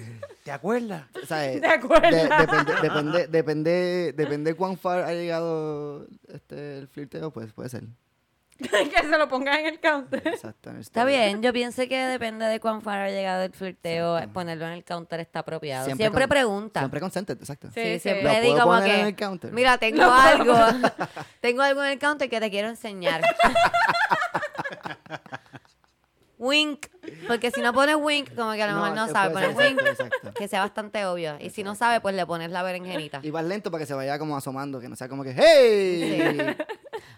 Speaker 4: ¿Te acuerdas?
Speaker 3: ¿Sabes?
Speaker 2: ¿Te acuerdas?
Speaker 3: eh, De- depende, depende, depende, depende cuán far ha llegado este, el flirteo, pues puede ser.
Speaker 2: que se lo pongas en el counter.
Speaker 3: Exacto. en el
Speaker 1: Está
Speaker 3: story.
Speaker 1: bien, yo pienso que depende de cuán far ha llegado el flirteo, ponerlo en el counter está apropiado. Siempre,
Speaker 3: con-
Speaker 1: pregunta.
Speaker 3: Siempre consente, exacto.
Speaker 2: Sí,
Speaker 1: Sí,
Speaker 2: sí.
Speaker 1: siempre
Speaker 3: ¿Lo
Speaker 1: di
Speaker 3: puedo
Speaker 1: como
Speaker 3: poner
Speaker 1: que,
Speaker 3: en el counter?
Speaker 1: Mira, tengo algo. tengo algo en el counter que te quiero enseñar. wink, porque si no pones wink, como que a lo mejor no,
Speaker 3: eh,
Speaker 1: sabe
Speaker 3: puede
Speaker 1: poner
Speaker 3: ser,
Speaker 1: wink,
Speaker 3: exacto, exacto.
Speaker 1: que sea bastante obvio. Y si no sabe, pues le pones la berenjenita.
Speaker 3: Y vas lento para que se vaya como asomando, que no sea como que ¡Hey!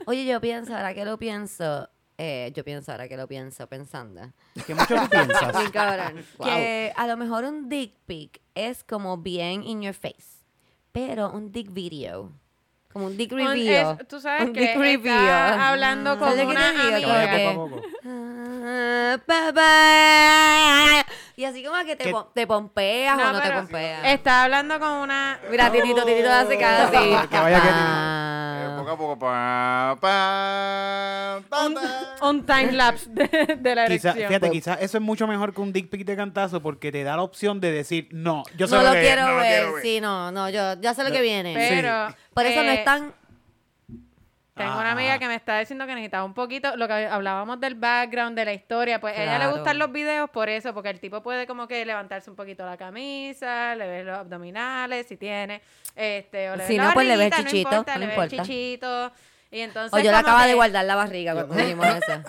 Speaker 1: Oye, yo pienso, ahora que lo pienso, eh, yo pienso, ahora que lo pienso, pensando.
Speaker 4: Que mucho tú piensas.
Speaker 1: Bien cabrón. Que a lo mejor un dick pic es como bien in your face, pero un dick video, como un dick
Speaker 2: Un-
Speaker 1: review.
Speaker 2: es- tú sabes
Speaker 1: un
Speaker 2: que
Speaker 1: dick
Speaker 2: está
Speaker 1: review. Ah.
Speaker 2: hablando con
Speaker 1: ¿Sabes lo que te
Speaker 2: una
Speaker 1: digo?
Speaker 4: Que
Speaker 1: Como
Speaker 2: amiga.
Speaker 1: que,
Speaker 4: vaya poco a poco.
Speaker 1: "Ah, papá". Y así como que te,
Speaker 4: ¿Qué?
Speaker 1: pom- te pompeas o no te
Speaker 2: pero
Speaker 1: pompeas.
Speaker 2: Está hablando con una.
Speaker 1: Mira, Titito, Titito hace cada así.
Speaker 4: Que Eh, vaya que-
Speaker 1: Ah.
Speaker 5: Eh, poco a poco. Pa, pa, pa,
Speaker 2: un, Oh.
Speaker 5: pa.
Speaker 2: un time lapse de, de la
Speaker 4: Quizá-
Speaker 2: erección.
Speaker 4: fíjate, quizás eso es mucho mejor que un dick pic de cantazo porque te da la opción de decir, no, yo sé
Speaker 1: no lo
Speaker 4: que es,
Speaker 1: quiero
Speaker 4: no lo
Speaker 1: ver.
Speaker 4: quiero ver.
Speaker 1: Sí, no, no, yo ya sé lo que viene.
Speaker 2: Pero.
Speaker 1: Por eso no
Speaker 2: eh,
Speaker 1: están.
Speaker 2: Tengo una
Speaker 4: Ah.
Speaker 2: amiga que me está diciendo que necesitaba un poquito lo que hablábamos del background, de la historia. Pues a ella le
Speaker 1: Claro.
Speaker 2: gustan los videos por eso, porque el tipo puede como que levantarse un poquito la camisa, le ves los abdominales si tiene. Este, o le
Speaker 1: Si
Speaker 2: ves la
Speaker 1: no, pues le ves
Speaker 2: barriguita,
Speaker 1: chichito, no
Speaker 2: le ves
Speaker 1: importa.
Speaker 2: chichito. Y entonces.
Speaker 1: O yo le
Speaker 2: como
Speaker 1: acaba de
Speaker 2: que-
Speaker 1: guardar la barriga cuando dijimos eso.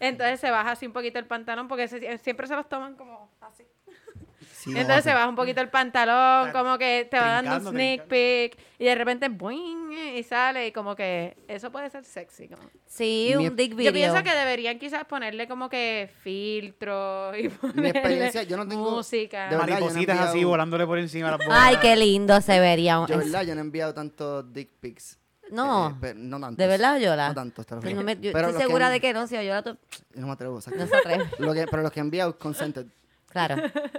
Speaker 2: Entonces se baja así un poquito el pantalón, porque se- siempre se los toman como así.
Speaker 3: Sí, no,
Speaker 2: Entonces se baja un poquito el pantalón,
Speaker 4: Está
Speaker 2: como que te va dando
Speaker 4: trincando,
Speaker 2: un sneak
Speaker 4: trincando.
Speaker 2: peek y de repente boing, y sale y como que eso puede ser sexy. como-
Speaker 1: Sí,
Speaker 3: Mi-
Speaker 1: un dick video.
Speaker 2: Yo pienso que deberían quizás ponerle como que filtros y ponerle
Speaker 3: experiencia, yo no tengo-
Speaker 2: música.
Speaker 3: de verdad, yo no he
Speaker 4: Maripositas así
Speaker 3: enviado-
Speaker 4: volándole por encima de las bolas.
Speaker 1: Ay, qué lindo se vería. un-
Speaker 3: Yo, verdad, yo no he enviado tantos dick pics.
Speaker 1: Oh, No.
Speaker 3: Eh, pe- no tantos.
Speaker 1: ¿De verdad, Oyola?
Speaker 3: No tantos, te lo
Speaker 1: Pues
Speaker 3: juro.
Speaker 1: no me- yo
Speaker 3: Pero los
Speaker 1: estoy segura
Speaker 3: han-
Speaker 1: de que no, si Oyola tú-
Speaker 3: No me atrevo, exacto.
Speaker 1: no se atreve.
Speaker 3: Lo que, pero los que he enviado consented.
Speaker 1: Claro.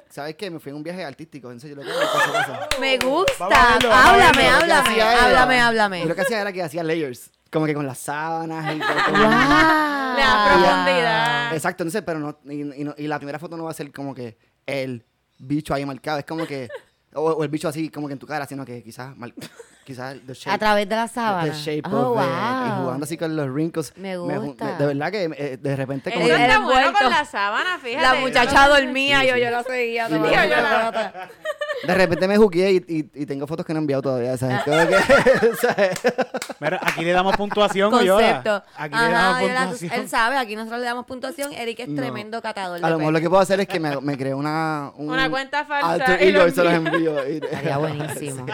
Speaker 3: ¿Sabes qué? Me fui a un viaje artístico, en serio. Lo que, cosa, cosa.
Speaker 1: Me gusta.
Speaker 4: Vamos a verlo, vamos a
Speaker 1: háblame,
Speaker 4: verlo.
Speaker 3: Lo que
Speaker 1: háblame,
Speaker 3: hacía era-
Speaker 1: háblame,
Speaker 3: Yo lo
Speaker 1: háblame.
Speaker 3: que hacía era que hacía layers. Como que con las sábanas y con- con-
Speaker 1: Ah,
Speaker 2: Le da profundidad.
Speaker 3: Exacto, entonces, pero no y, y no- y la primera foto no va a ser como que el bicho ahí marcado, es como que o, o el bicho así como que en tu cara, sino que quizás mal- quizás the shape,
Speaker 1: A través de la
Speaker 3: the
Speaker 1: sábana.
Speaker 3: Este shape
Speaker 1: Oh,
Speaker 3: of it, y
Speaker 1: wow.
Speaker 3: jugando así con los wrinkles.
Speaker 1: Me
Speaker 3: ju-
Speaker 1: gusta.
Speaker 3: de verdad que eh, de repente como
Speaker 2: Eso
Speaker 1: Era
Speaker 3: que-
Speaker 2: está bueno
Speaker 1: envuelto.
Speaker 2: con la sábana, fíjate.
Speaker 1: La muchacha dormía
Speaker 3: Sí,
Speaker 1: y yo,
Speaker 3: sí.
Speaker 1: la seguía.
Speaker 3: Sí,
Speaker 1: tomando
Speaker 2: Oyola.
Speaker 1: nota.
Speaker 3: De repente me juqué y, y- y tengo fotos que no he enviado todavía, ¿sabes? Como que, ¿sabes?
Speaker 4: Mira, aquí le damos puntuación, Yola.
Speaker 1: Concepto.
Speaker 4: Aquí le damos
Speaker 1: Ajá, Yola, tú-
Speaker 4: puntuación.
Speaker 1: él sabe, aquí nosotros le damos puntuación. Eric es
Speaker 3: No.
Speaker 1: tremendo catador.
Speaker 3: A
Speaker 1: de
Speaker 3: lo mejor lo
Speaker 1: perros.
Speaker 3: que puedo hacer es que me, me cree una... un
Speaker 2: Una cuenta falsa
Speaker 3: alter
Speaker 2: y lo
Speaker 3: ego se los
Speaker 2: envía.
Speaker 3: envío. Y-
Speaker 1: Estaría buenísimo.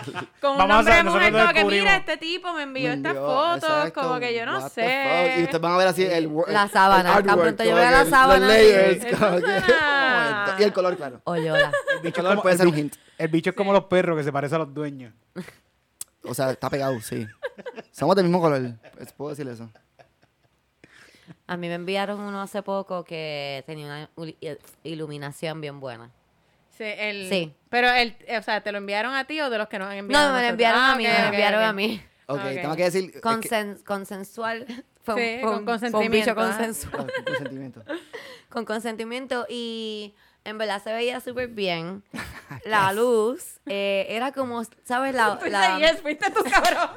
Speaker 2: Con un
Speaker 4: Vamos a
Speaker 2: nombre
Speaker 4: hacer-
Speaker 2: de mujer
Speaker 4: nosotros
Speaker 2: como que
Speaker 4: descubrimos.
Speaker 2: mira, este tipo me envió
Speaker 3: Me
Speaker 2: estas
Speaker 3: envió,
Speaker 2: fotos,
Speaker 3: exacto,
Speaker 2: como que yo no
Speaker 3: what the fuck. Y
Speaker 2: sé.
Speaker 3: ustedes van a ver así el wor-
Speaker 1: La
Speaker 3: el
Speaker 1: sábana, tan
Speaker 3: artwork,
Speaker 1: pronto yo
Speaker 3: como
Speaker 1: vea la
Speaker 3: que el-
Speaker 1: sábana,
Speaker 3: Los layers.
Speaker 2: sí.
Speaker 3: como
Speaker 2: Eso
Speaker 3: que-
Speaker 2: suena.
Speaker 3: como esto. y el color, claro.
Speaker 1: O Yola.
Speaker 4: El bicho
Speaker 3: color
Speaker 4: como-
Speaker 3: puede
Speaker 4: el
Speaker 3: ser un
Speaker 4: bicho-
Speaker 3: hint.
Speaker 4: El bicho es como los perros que se parece a los dueños.
Speaker 3: O sea, está pegado, sí. Somos del mismo color. pues, Puedo decir eso.
Speaker 1: A mí me enviaron uno hace poco que tenía una il- iluminación bien buena.
Speaker 2: Sí, el-
Speaker 1: Sí.
Speaker 2: Pero, el, o sea, ¿te lo enviaron a ti o de los que nos enviaron?
Speaker 1: No, me
Speaker 2: nosotros?
Speaker 1: lo enviaron
Speaker 2: Ah,
Speaker 1: a mí,
Speaker 2: ok,
Speaker 1: me lo
Speaker 2: ok,
Speaker 1: enviaron
Speaker 2: ok.
Speaker 1: a mí.
Speaker 3: Ok,
Speaker 2: Ok.
Speaker 3: tengo que decir... es que-
Speaker 1: Consen- consensual. Fue un-
Speaker 2: Sí,
Speaker 1: fue un-
Speaker 2: con
Speaker 1: fue un bicho
Speaker 2: consentimiento, ah.
Speaker 1: consensual.
Speaker 3: Ah, con consentimiento.
Speaker 1: con consentimiento y en verdad se veía súper bien. La luz eh, era como, ¿sabes? La,
Speaker 2: Fuiste
Speaker 1: la-
Speaker 2: yes, fuiste tú, cabrón.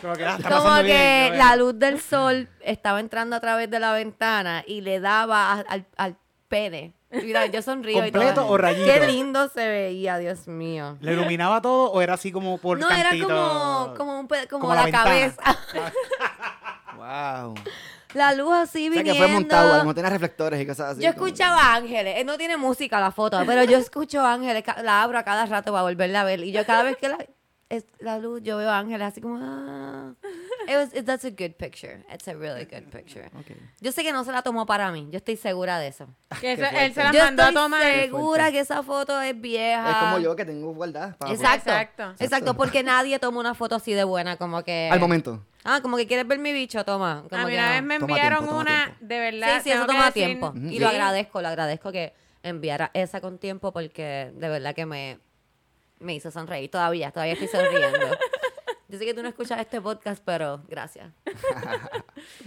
Speaker 4: Como que, ah, está
Speaker 1: como
Speaker 4: pasando bien, eh,
Speaker 1: que
Speaker 4: cabrón.
Speaker 1: la luz del sol estaba entrando a través de la ventana y le daba a- al, al pene. Mira, yo sonrío y todo.
Speaker 4: ¿Completo o rayito?
Speaker 1: Qué lindo se veía, Dios mío.
Speaker 4: ¿Le iluminaba todo o era así como por
Speaker 1: no, era
Speaker 4: cantito?
Speaker 1: como, como, un pe- como
Speaker 4: como la
Speaker 1: la,
Speaker 4: ventana.
Speaker 1: cabeza.
Speaker 3: Wow.
Speaker 1: La luz así
Speaker 3: O sea,
Speaker 1: viniendo.
Speaker 3: que fue montado. A lo mejor tenía reflectores y cosas así.
Speaker 1: Yo
Speaker 3: como-
Speaker 1: escuchaba Ángeles, eh, no tiene música la foto, pero yo escucho Ángeles, ca- la abro a cada rato para volverla a ver. Y yo cada vez que la, es- la luz, yo veo a Ángeles así como... ah. It was- it- that's a good picture. It's a really good picture. Yo sé que no se la tomó para mí, yo estoy segura de eso.
Speaker 2: Que eso-
Speaker 3: fuerte.
Speaker 2: él se las
Speaker 1: yo
Speaker 2: mandó a
Speaker 1: estoy
Speaker 2: tomar.
Speaker 1: segura que esa foto es vieja.
Speaker 3: Es como yo que tengo guardada. para-
Speaker 1: Exacto,
Speaker 2: Exacto.
Speaker 1: exacto. porque nadie toma una foto así de buena, como que...
Speaker 3: Al momento.
Speaker 1: Ah, como que quieres ver mi bicho, toma. Como
Speaker 2: A mí
Speaker 1: que
Speaker 2: una
Speaker 1: no.
Speaker 2: vez me
Speaker 3: Toma
Speaker 2: enviaron
Speaker 3: tiempo, toma
Speaker 2: una,
Speaker 3: tiempo.
Speaker 2: de verdad.
Speaker 1: Sí, sí, eso
Speaker 2: tengo que
Speaker 1: toma
Speaker 2: decir-
Speaker 1: tiempo. Y
Speaker 2: Sí.
Speaker 1: lo agradezco, lo agradezco que enviara esa con tiempo porque de verdad que me, me hizo sonreír. Todavía, todavía estoy sonriendo. Yo sé que tú no escuchas este podcast, pero gracias.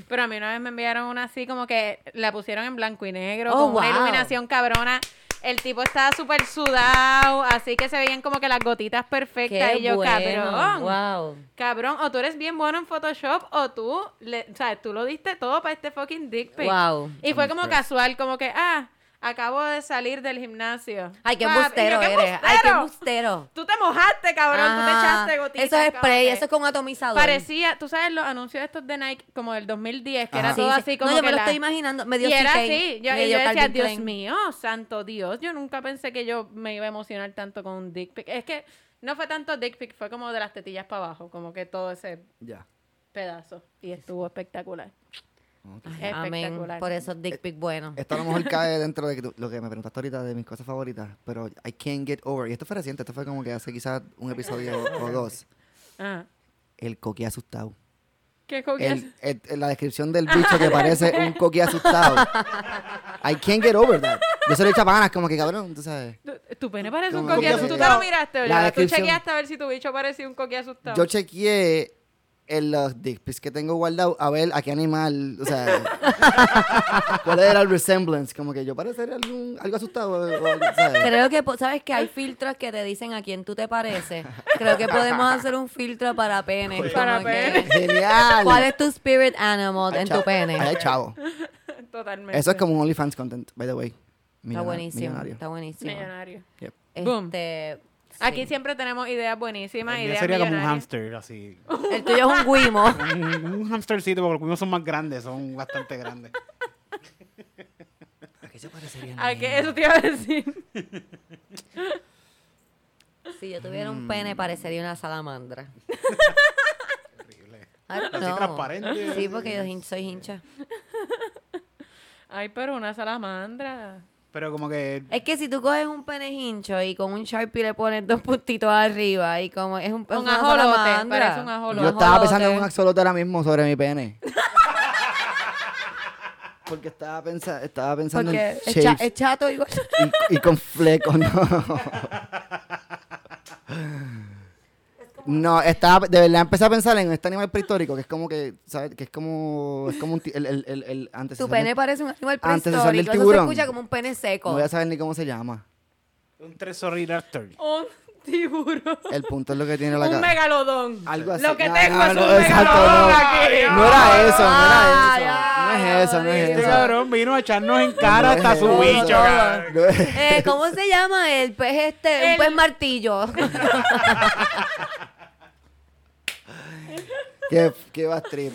Speaker 2: Pero a mí una vez me enviaron una así como que la pusieron en blanco y negro,
Speaker 1: Oh,
Speaker 2: con una
Speaker 1: wow.
Speaker 2: iluminación cabrona. El tipo estaba súper sudado, así que se veían como que las gotitas perfectas. y yo, cabrón.
Speaker 1: Wow.
Speaker 2: Cabrón, o tú eres bien bueno en Photoshop o tú, le, o sea, tú lo diste todo para este fucking dick pic.
Speaker 1: Wow.
Speaker 2: Y fue como casual, como que, ah, acabo de salir del gimnasio.
Speaker 1: Ay, qué
Speaker 2: Pap, y yo,
Speaker 1: bustero
Speaker 2: "¿Qué
Speaker 1: eres. Ay, qué
Speaker 2: bustero?
Speaker 1: bustero.
Speaker 2: Tú te mojaste, cabrón, tú te
Speaker 1: Ajá.
Speaker 2: echaste gotitas.
Speaker 1: Eso es spray,
Speaker 2: cabrón.
Speaker 1: eso es con atomizador.
Speaker 2: Parecía, tú sabes los anuncios estos de Nike como del 2010, que era
Speaker 1: Ajá.
Speaker 2: todo
Speaker 1: Sí, sí.
Speaker 2: así como
Speaker 1: No, yo
Speaker 2: que
Speaker 1: me lo
Speaker 2: la-
Speaker 1: estoy imaginando. Me dio
Speaker 2: y era
Speaker 1: CK,
Speaker 2: así. Yo,
Speaker 1: me
Speaker 2: y
Speaker 1: dio
Speaker 2: yo decía,
Speaker 1: Calvin
Speaker 2: Dios
Speaker 1: Klein".
Speaker 2: mío, santo Dios. Yo nunca pensé que yo me iba a emocionar tanto con un dick pic. Es que no fue tanto dick pic, fue como de las tetillas para abajo, como que todo ese
Speaker 3: Ya.
Speaker 2: pedazo. Y estuvo espectacular.
Speaker 1: Ay, Amén.
Speaker 2: Espectacular.
Speaker 1: Por esos dick pic buenos.
Speaker 3: Esto a lo mejor cae dentro de que tú- lo que me preguntaste ahorita de mis cosas favoritas, pero I can't get over. Y esto fue reciente, esto fue como que hace quizás un episodio o, o dos.
Speaker 2: Ajá.
Speaker 3: El coqui asustado.
Speaker 2: Ah, ¿Qué coquilla?
Speaker 3: El, el- el- la descripción del bicho que parece un coqui asustado. I can't get over that. Yo se lo he dicho a panas, como que cabrón, tú sabes.
Speaker 2: Tu- Tu pene parece un
Speaker 3: Como-
Speaker 2: coquilla.
Speaker 4: Como-
Speaker 2: ¿Tú te lo miraste,
Speaker 3: La
Speaker 2: oye? Tú
Speaker 3: descripción-
Speaker 2: chequeaste a ver si tu bicho parecía un coquilla asustado.
Speaker 3: Yo chequeé en los dick pics que tengo guardados a ver a qué animal, o sea, cuál era el resemblance. Como que yo parecería algún, algo asustado. o- o- o sea,
Speaker 1: Creo que, po- ¿sabes que Hay filtros que te dicen a quién tú te pareces. Creo que podemos hacer un filtro para pene.
Speaker 2: Para
Speaker 1: como que,
Speaker 2: pene.
Speaker 3: Genial.
Speaker 1: ¿Cuál es tu spirit animal
Speaker 3: Ay,
Speaker 1: en
Speaker 3: chavo.
Speaker 1: tu pene?
Speaker 3: Ay, chavo.
Speaker 2: Totalmente.
Speaker 3: Eso es como un OnlyFans content, by the way.
Speaker 1: Está
Speaker 3: Millona-
Speaker 1: buenísimo.
Speaker 3: millonario.
Speaker 1: Está buenísimo.
Speaker 2: Millonario.
Speaker 3: Yep.
Speaker 2: Boom.
Speaker 1: Este,
Speaker 2: Aquí
Speaker 1: sí.
Speaker 2: siempre tenemos ideas buenísimas,
Speaker 4: El mío
Speaker 2: ideas
Speaker 4: Eh, sería como un
Speaker 2: millonarias.
Speaker 4: hamster, así.
Speaker 1: El tuyo es un guimo.
Speaker 4: un, un hamstercito, porque los mismos son más grandes, son bastante grandes.
Speaker 2: ¿A qué? Eso te iba a decir.
Speaker 1: Si yo tuviera
Speaker 3: Mm.
Speaker 1: un pene, parecería una salamandra. Ay,
Speaker 4: Así
Speaker 1: no.
Speaker 4: transparente.
Speaker 1: Sí, porque yo hin- soy hincha.
Speaker 2: Ay, pero una salamandra.
Speaker 4: Pero como que
Speaker 1: Es que si tú coges un pene hincho y con un Sharpie le pones dos puntitos arriba y como es un es
Speaker 2: Un
Speaker 1: una
Speaker 2: ajolote,
Speaker 1: salamandra.
Speaker 2: parece un ajolote.
Speaker 3: Yo estaba
Speaker 1: ajolotes.
Speaker 3: pensando en un axolote ahora mismo sobre mi pene. Porque estaba, pensa estaba pensando
Speaker 1: Porque
Speaker 3: en
Speaker 1: es, cha-
Speaker 3: shapes
Speaker 1: es chato igual.
Speaker 3: y, y con flecos, no. No, estaba, de verdad empecé a pensar en este animal prehistórico que es como que, ¿sabes? Que es como, es como un ti- el, el, el, el
Speaker 1: Tu
Speaker 3: antecesor del-
Speaker 1: pene parece un animal
Speaker 3: Antes de salir el
Speaker 1: prehistórico. Eso se
Speaker 3: tiburón.
Speaker 1: escucha como un pene seco.
Speaker 3: No voy a saber ni cómo se llama.
Speaker 4: un Tresoraptor.
Speaker 2: Un tiburón.
Speaker 3: El punto es lo que tiene la
Speaker 2: Un
Speaker 3: cara.
Speaker 2: megalodón.
Speaker 3: Algo así.
Speaker 2: Lo que
Speaker 3: No,
Speaker 2: tengo
Speaker 3: no,
Speaker 2: es
Speaker 3: no,
Speaker 2: un
Speaker 3: exacto,
Speaker 2: megalodón
Speaker 3: no.
Speaker 2: aquí.
Speaker 3: No era eso, no era eso.
Speaker 2: ya,
Speaker 3: No es eso, no es
Speaker 2: ya,
Speaker 4: Este
Speaker 3: eso.
Speaker 4: cabrón vino a echarnos en cara hasta su
Speaker 3: No,
Speaker 4: bicho,
Speaker 3: no,
Speaker 4: cabrón.
Speaker 3: no es-
Speaker 1: Eh, ¿Cómo se llama el pez este? Un
Speaker 2: El-
Speaker 1: pez martillo.
Speaker 3: Qué, qué bastrip.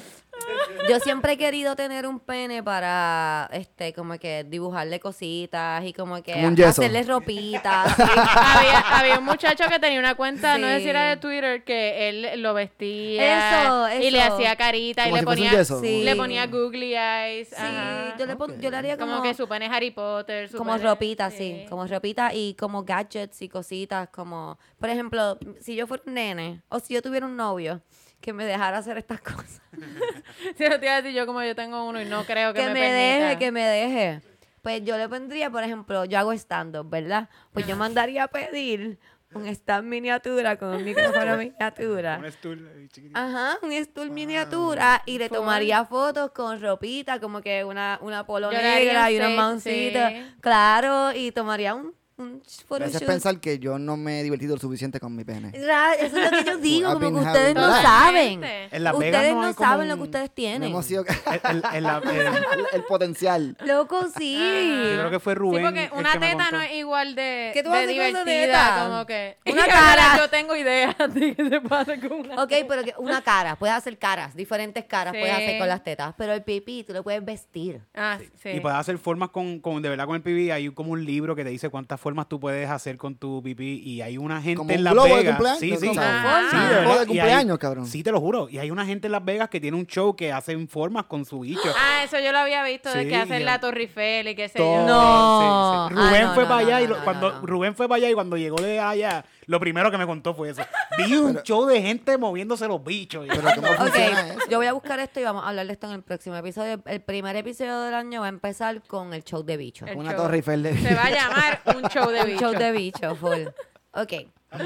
Speaker 1: Yo siempre he querido tener un pene para, este, como que dibujarle cositas y como que
Speaker 3: Como un yeso.
Speaker 1: hacerle ropita. sí.
Speaker 2: había, había un muchacho que tenía una cuenta, no sé si era de
Speaker 1: Sí.
Speaker 2: Twitter, que él lo vestía
Speaker 1: Eso,
Speaker 2: y le
Speaker 1: eso.
Speaker 2: hacía carita y
Speaker 3: Como
Speaker 2: le
Speaker 3: si fuese un
Speaker 2: ponía,
Speaker 3: yeso.
Speaker 1: Sí.
Speaker 2: le ponía googly eyes.
Speaker 1: Sí,
Speaker 2: ajá.
Speaker 1: yo le, pon- yo le haría
Speaker 2: como,
Speaker 1: como,
Speaker 2: que su pene es Harry Potter. su
Speaker 1: como
Speaker 2: pene-
Speaker 1: ropita, sí. Como ropita y como gadgets y cositas, como, por ejemplo, si yo fuera un nene o si yo tuviera un novio que me dejara hacer estas cosas.
Speaker 2: Sí, lo te iba a decir yo como yo tengo uno y no creo que,
Speaker 1: que me,
Speaker 2: permita.
Speaker 1: deje, que me deje. Pues yo le pondría, por ejemplo, yo hago stand-up, ¿verdad? Pues yo mandaría a pedir un stand miniatura con un micrófono miniatura.
Speaker 4: Un stool ahí chiquitito.
Speaker 1: Ajá, un stool miniatura y le tomaría fotos con ropita, como que una, una polo
Speaker 2: Yo le haría
Speaker 1: negra
Speaker 2: un
Speaker 1: y unos
Speaker 2: set,
Speaker 1: mancitos.
Speaker 2: sí.
Speaker 1: Claro, y tomaría un, un
Speaker 3: Me hace
Speaker 1: photoshoot.
Speaker 3: pensar que yo no me he divertido lo suficiente con mi pene.
Speaker 1: Ra- Eso es lo que yo digo,
Speaker 3: I've
Speaker 1: como que
Speaker 3: been
Speaker 1: ustedes
Speaker 3: having
Speaker 1: no
Speaker 3: that.
Speaker 1: saben.
Speaker 2: Totalmente.
Speaker 4: En Las Vegas
Speaker 1: ustedes
Speaker 4: no
Speaker 1: no,
Speaker 4: hay como
Speaker 1: saben lo
Speaker 4: un-
Speaker 1: que ustedes
Speaker 3: No
Speaker 1: tienen.
Speaker 3: hemos sido...
Speaker 4: El- el- el- la- el-
Speaker 3: el, el potencial.
Speaker 1: Loco, sí.
Speaker 4: yo creo que fue
Speaker 2: Sí,
Speaker 4: Rubén.
Speaker 2: porque
Speaker 4: el que
Speaker 2: una
Speaker 4: me
Speaker 2: teta
Speaker 4: contó.
Speaker 2: no es igual de,
Speaker 1: ¿Qué tú
Speaker 2: de
Speaker 1: vas a hacer con
Speaker 2: divertida,
Speaker 1: esa teta?
Speaker 2: como que...
Speaker 1: Una
Speaker 2: Y
Speaker 1: cara.
Speaker 2: Yo tengo ideas de que se puede hacer con una
Speaker 1: Ok, pues. pero que una cara, puedes hacer caras, diferentes caras
Speaker 2: Sí.
Speaker 1: puedes hacer con las tetas, pero el pipí tú lo puedes vestir.
Speaker 2: Ah, sí.
Speaker 4: Y puedes hacer formas con, con, de verdad, con el pipí. Hay como un libro que te dice cuántas formas tú puedes hacer con tu pipí. Y hay una gente
Speaker 3: Como
Speaker 4: en
Speaker 3: un
Speaker 4: Las
Speaker 3: globo de
Speaker 4: Vegas.
Speaker 3: cumpleaños,
Speaker 4: sí,
Speaker 3: ¿no?
Speaker 4: sí.
Speaker 3: Como
Speaker 2: Ah.
Speaker 4: Sí, de
Speaker 2: un
Speaker 4: verdad.
Speaker 3: globo de
Speaker 4: Y hay-
Speaker 3: cumpleaños, cabrón.
Speaker 4: Sí, te lo juro. Y hay una gente en Las Vegas que tiene un show que hacen formas con su bicho.
Speaker 2: Ah, eso yo lo había visto, de
Speaker 4: Sí,
Speaker 2: que hacen
Speaker 4: y-
Speaker 2: la Torre Eiffel y qué sé
Speaker 4: Todo,
Speaker 2: yo.
Speaker 1: No.
Speaker 4: sí, sí. Rubén
Speaker 1: Ah, no,
Speaker 4: fue
Speaker 1: no,
Speaker 4: para
Speaker 1: no,
Speaker 4: allá y
Speaker 1: no,
Speaker 4: lo-
Speaker 1: no,
Speaker 4: cuando
Speaker 1: no.
Speaker 4: Rubén fue para allá y cuando llegó de allá, lo primero que me contó fue eso. Vi un show de gente moviéndose los bichos. Y yo,
Speaker 3: Pero ¿cómo funciona
Speaker 1: Ok,
Speaker 3: eso?
Speaker 1: yo voy a buscar esto y vamos a hablar de esto en el próximo episodio. El primer episodio del año va a empezar con el show de bicho.
Speaker 2: El
Speaker 3: Una
Speaker 2: show.
Speaker 3: torre Eiffel de-
Speaker 2: Se va a llamar un show de
Speaker 1: El
Speaker 2: bicho.
Speaker 1: show de bicho, full. Ok.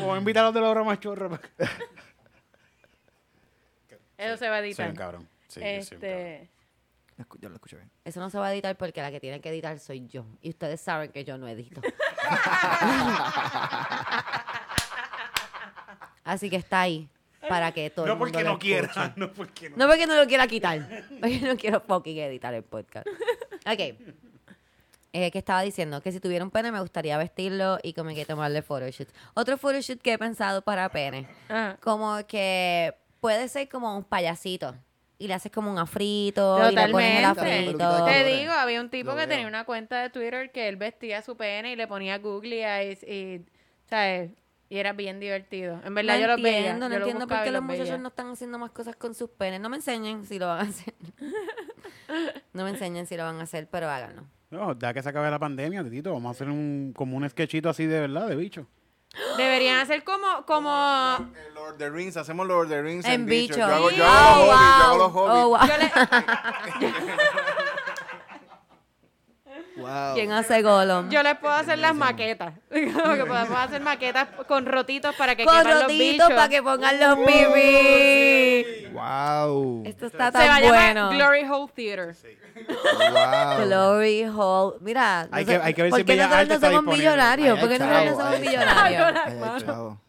Speaker 4: Voy a invitar a los de la obra más chorra. para acá.
Speaker 2: Eso se va a
Speaker 5: Soy
Speaker 2: editar.
Speaker 5: un cabrón. Sí, yo soy un cabrón.
Speaker 2: este...
Speaker 3: Lo escu- Yo lo escuché bien.
Speaker 1: Eso no se va a editar porque la que tiene que editar soy yo. Y ustedes saben que yo no edito. Así que está ahí para que todo el
Speaker 4: No
Speaker 1: mundo
Speaker 4: porque
Speaker 1: lo
Speaker 4: no quiera,
Speaker 1: escuche.
Speaker 4: no porque no.
Speaker 1: No porque no lo quiera quitar. Porque no quiero fucking editar el podcast. Ok. Eh, que estaba diciendo que si tuviera un pene me gustaría vestirlo y como que tomarle photoshoot. Otro photoshoot que he pensado para pene.
Speaker 2: Ajá.
Speaker 1: Como que puede ser como un payasito. Y le haces como un afrito Oh, y le pones el
Speaker 2: Totalmente.
Speaker 1: afrito.
Speaker 2: Te
Speaker 3: Lo
Speaker 2: digo, había un tipo
Speaker 3: veo.
Speaker 2: que tenía una cuenta de Twitter que él vestía su pene y le ponía googly eyes y, ¿sabes? Y era bien divertido. En verdad
Speaker 1: no
Speaker 2: yo lo veía.
Speaker 1: entiendo, no
Speaker 2: yo lo
Speaker 1: entiendo por
Speaker 2: buscaba y
Speaker 1: qué
Speaker 2: los
Speaker 1: los muchachos
Speaker 2: veía.
Speaker 1: no están haciendo más cosas con sus penes. No me enseñen si lo van a hacer. no me enseñen si lo van a hacer, pero háganlo.
Speaker 4: No, ya que se acabe la pandemia, Titito, vamos a hacer un, como un sketchito así de verdad, de bicho.
Speaker 2: Deberían hacer como... como...
Speaker 5: El Lord of the Rings, hacemos Lord of the Rings en,
Speaker 1: En
Speaker 5: bicho.
Speaker 1: bicho. ¿eh?
Speaker 5: Yo hago, yo
Speaker 2: Oh,
Speaker 5: hago los hobbits, yo hago
Speaker 1: wow.
Speaker 5: los hobbits.
Speaker 1: Oh, wow.
Speaker 2: Yo le-
Speaker 3: Wow.
Speaker 1: ¿Quién hace Gollum?
Speaker 2: Yo les puedo hacer las maquetas. Como que podemos hacer maquetas con rotitos para que
Speaker 1: Con
Speaker 2: quepan los
Speaker 1: rotitos
Speaker 2: bichos. Uh,
Speaker 1: para que pongan los pipí.
Speaker 3: Wow.
Speaker 1: Esto está
Speaker 2: Se va a
Speaker 1: tan bueno.
Speaker 2: llamar Glory Hole Theater.
Speaker 3: Wow.
Speaker 1: Glory Hall. Mira, no
Speaker 4: Hay
Speaker 1: sé-
Speaker 4: que- hay que ver
Speaker 1: ¿por
Speaker 4: si
Speaker 1: qué
Speaker 4: Bellas
Speaker 1: nosotros
Speaker 4: Artes
Speaker 1: no
Speaker 4: está
Speaker 1: somos
Speaker 4: disponible?
Speaker 1: millonarios?
Speaker 3: Ahí
Speaker 1: ¿Por qué
Speaker 3: está,
Speaker 1: nosotros no
Speaker 3: chavo,
Speaker 1: somos
Speaker 3: ahí está.
Speaker 1: millonarios?
Speaker 3: Ay, ay, chavo.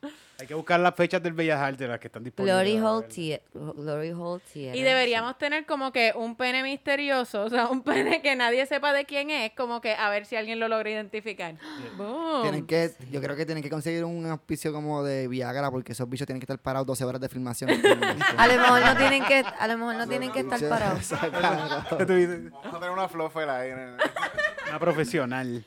Speaker 4: Hay que buscar las fechas del Bellas Artes, las que están disponibles.
Speaker 1: Glory Hall
Speaker 4: ¿verdad?
Speaker 1: Theater. Glory Hall Theater.
Speaker 2: Y deberíamos tener como que un pene misterioso, o sea, un pene que nadie sepa de quién es, como que a ver si alguien lo logra identificar. Boom.
Speaker 3: Tienen que, yo creo que tienen que conseguir un auspicio como de Viagra porque esos bichos tienen que estar parados 12 horas de filmación.
Speaker 1: A lo mejor no tienen que, a lo mejor no tienen que estar parados.
Speaker 4: ¿Qué tú dices?
Speaker 5: Vamos a tener una flofera ahí. en el-
Speaker 4: Una profesional.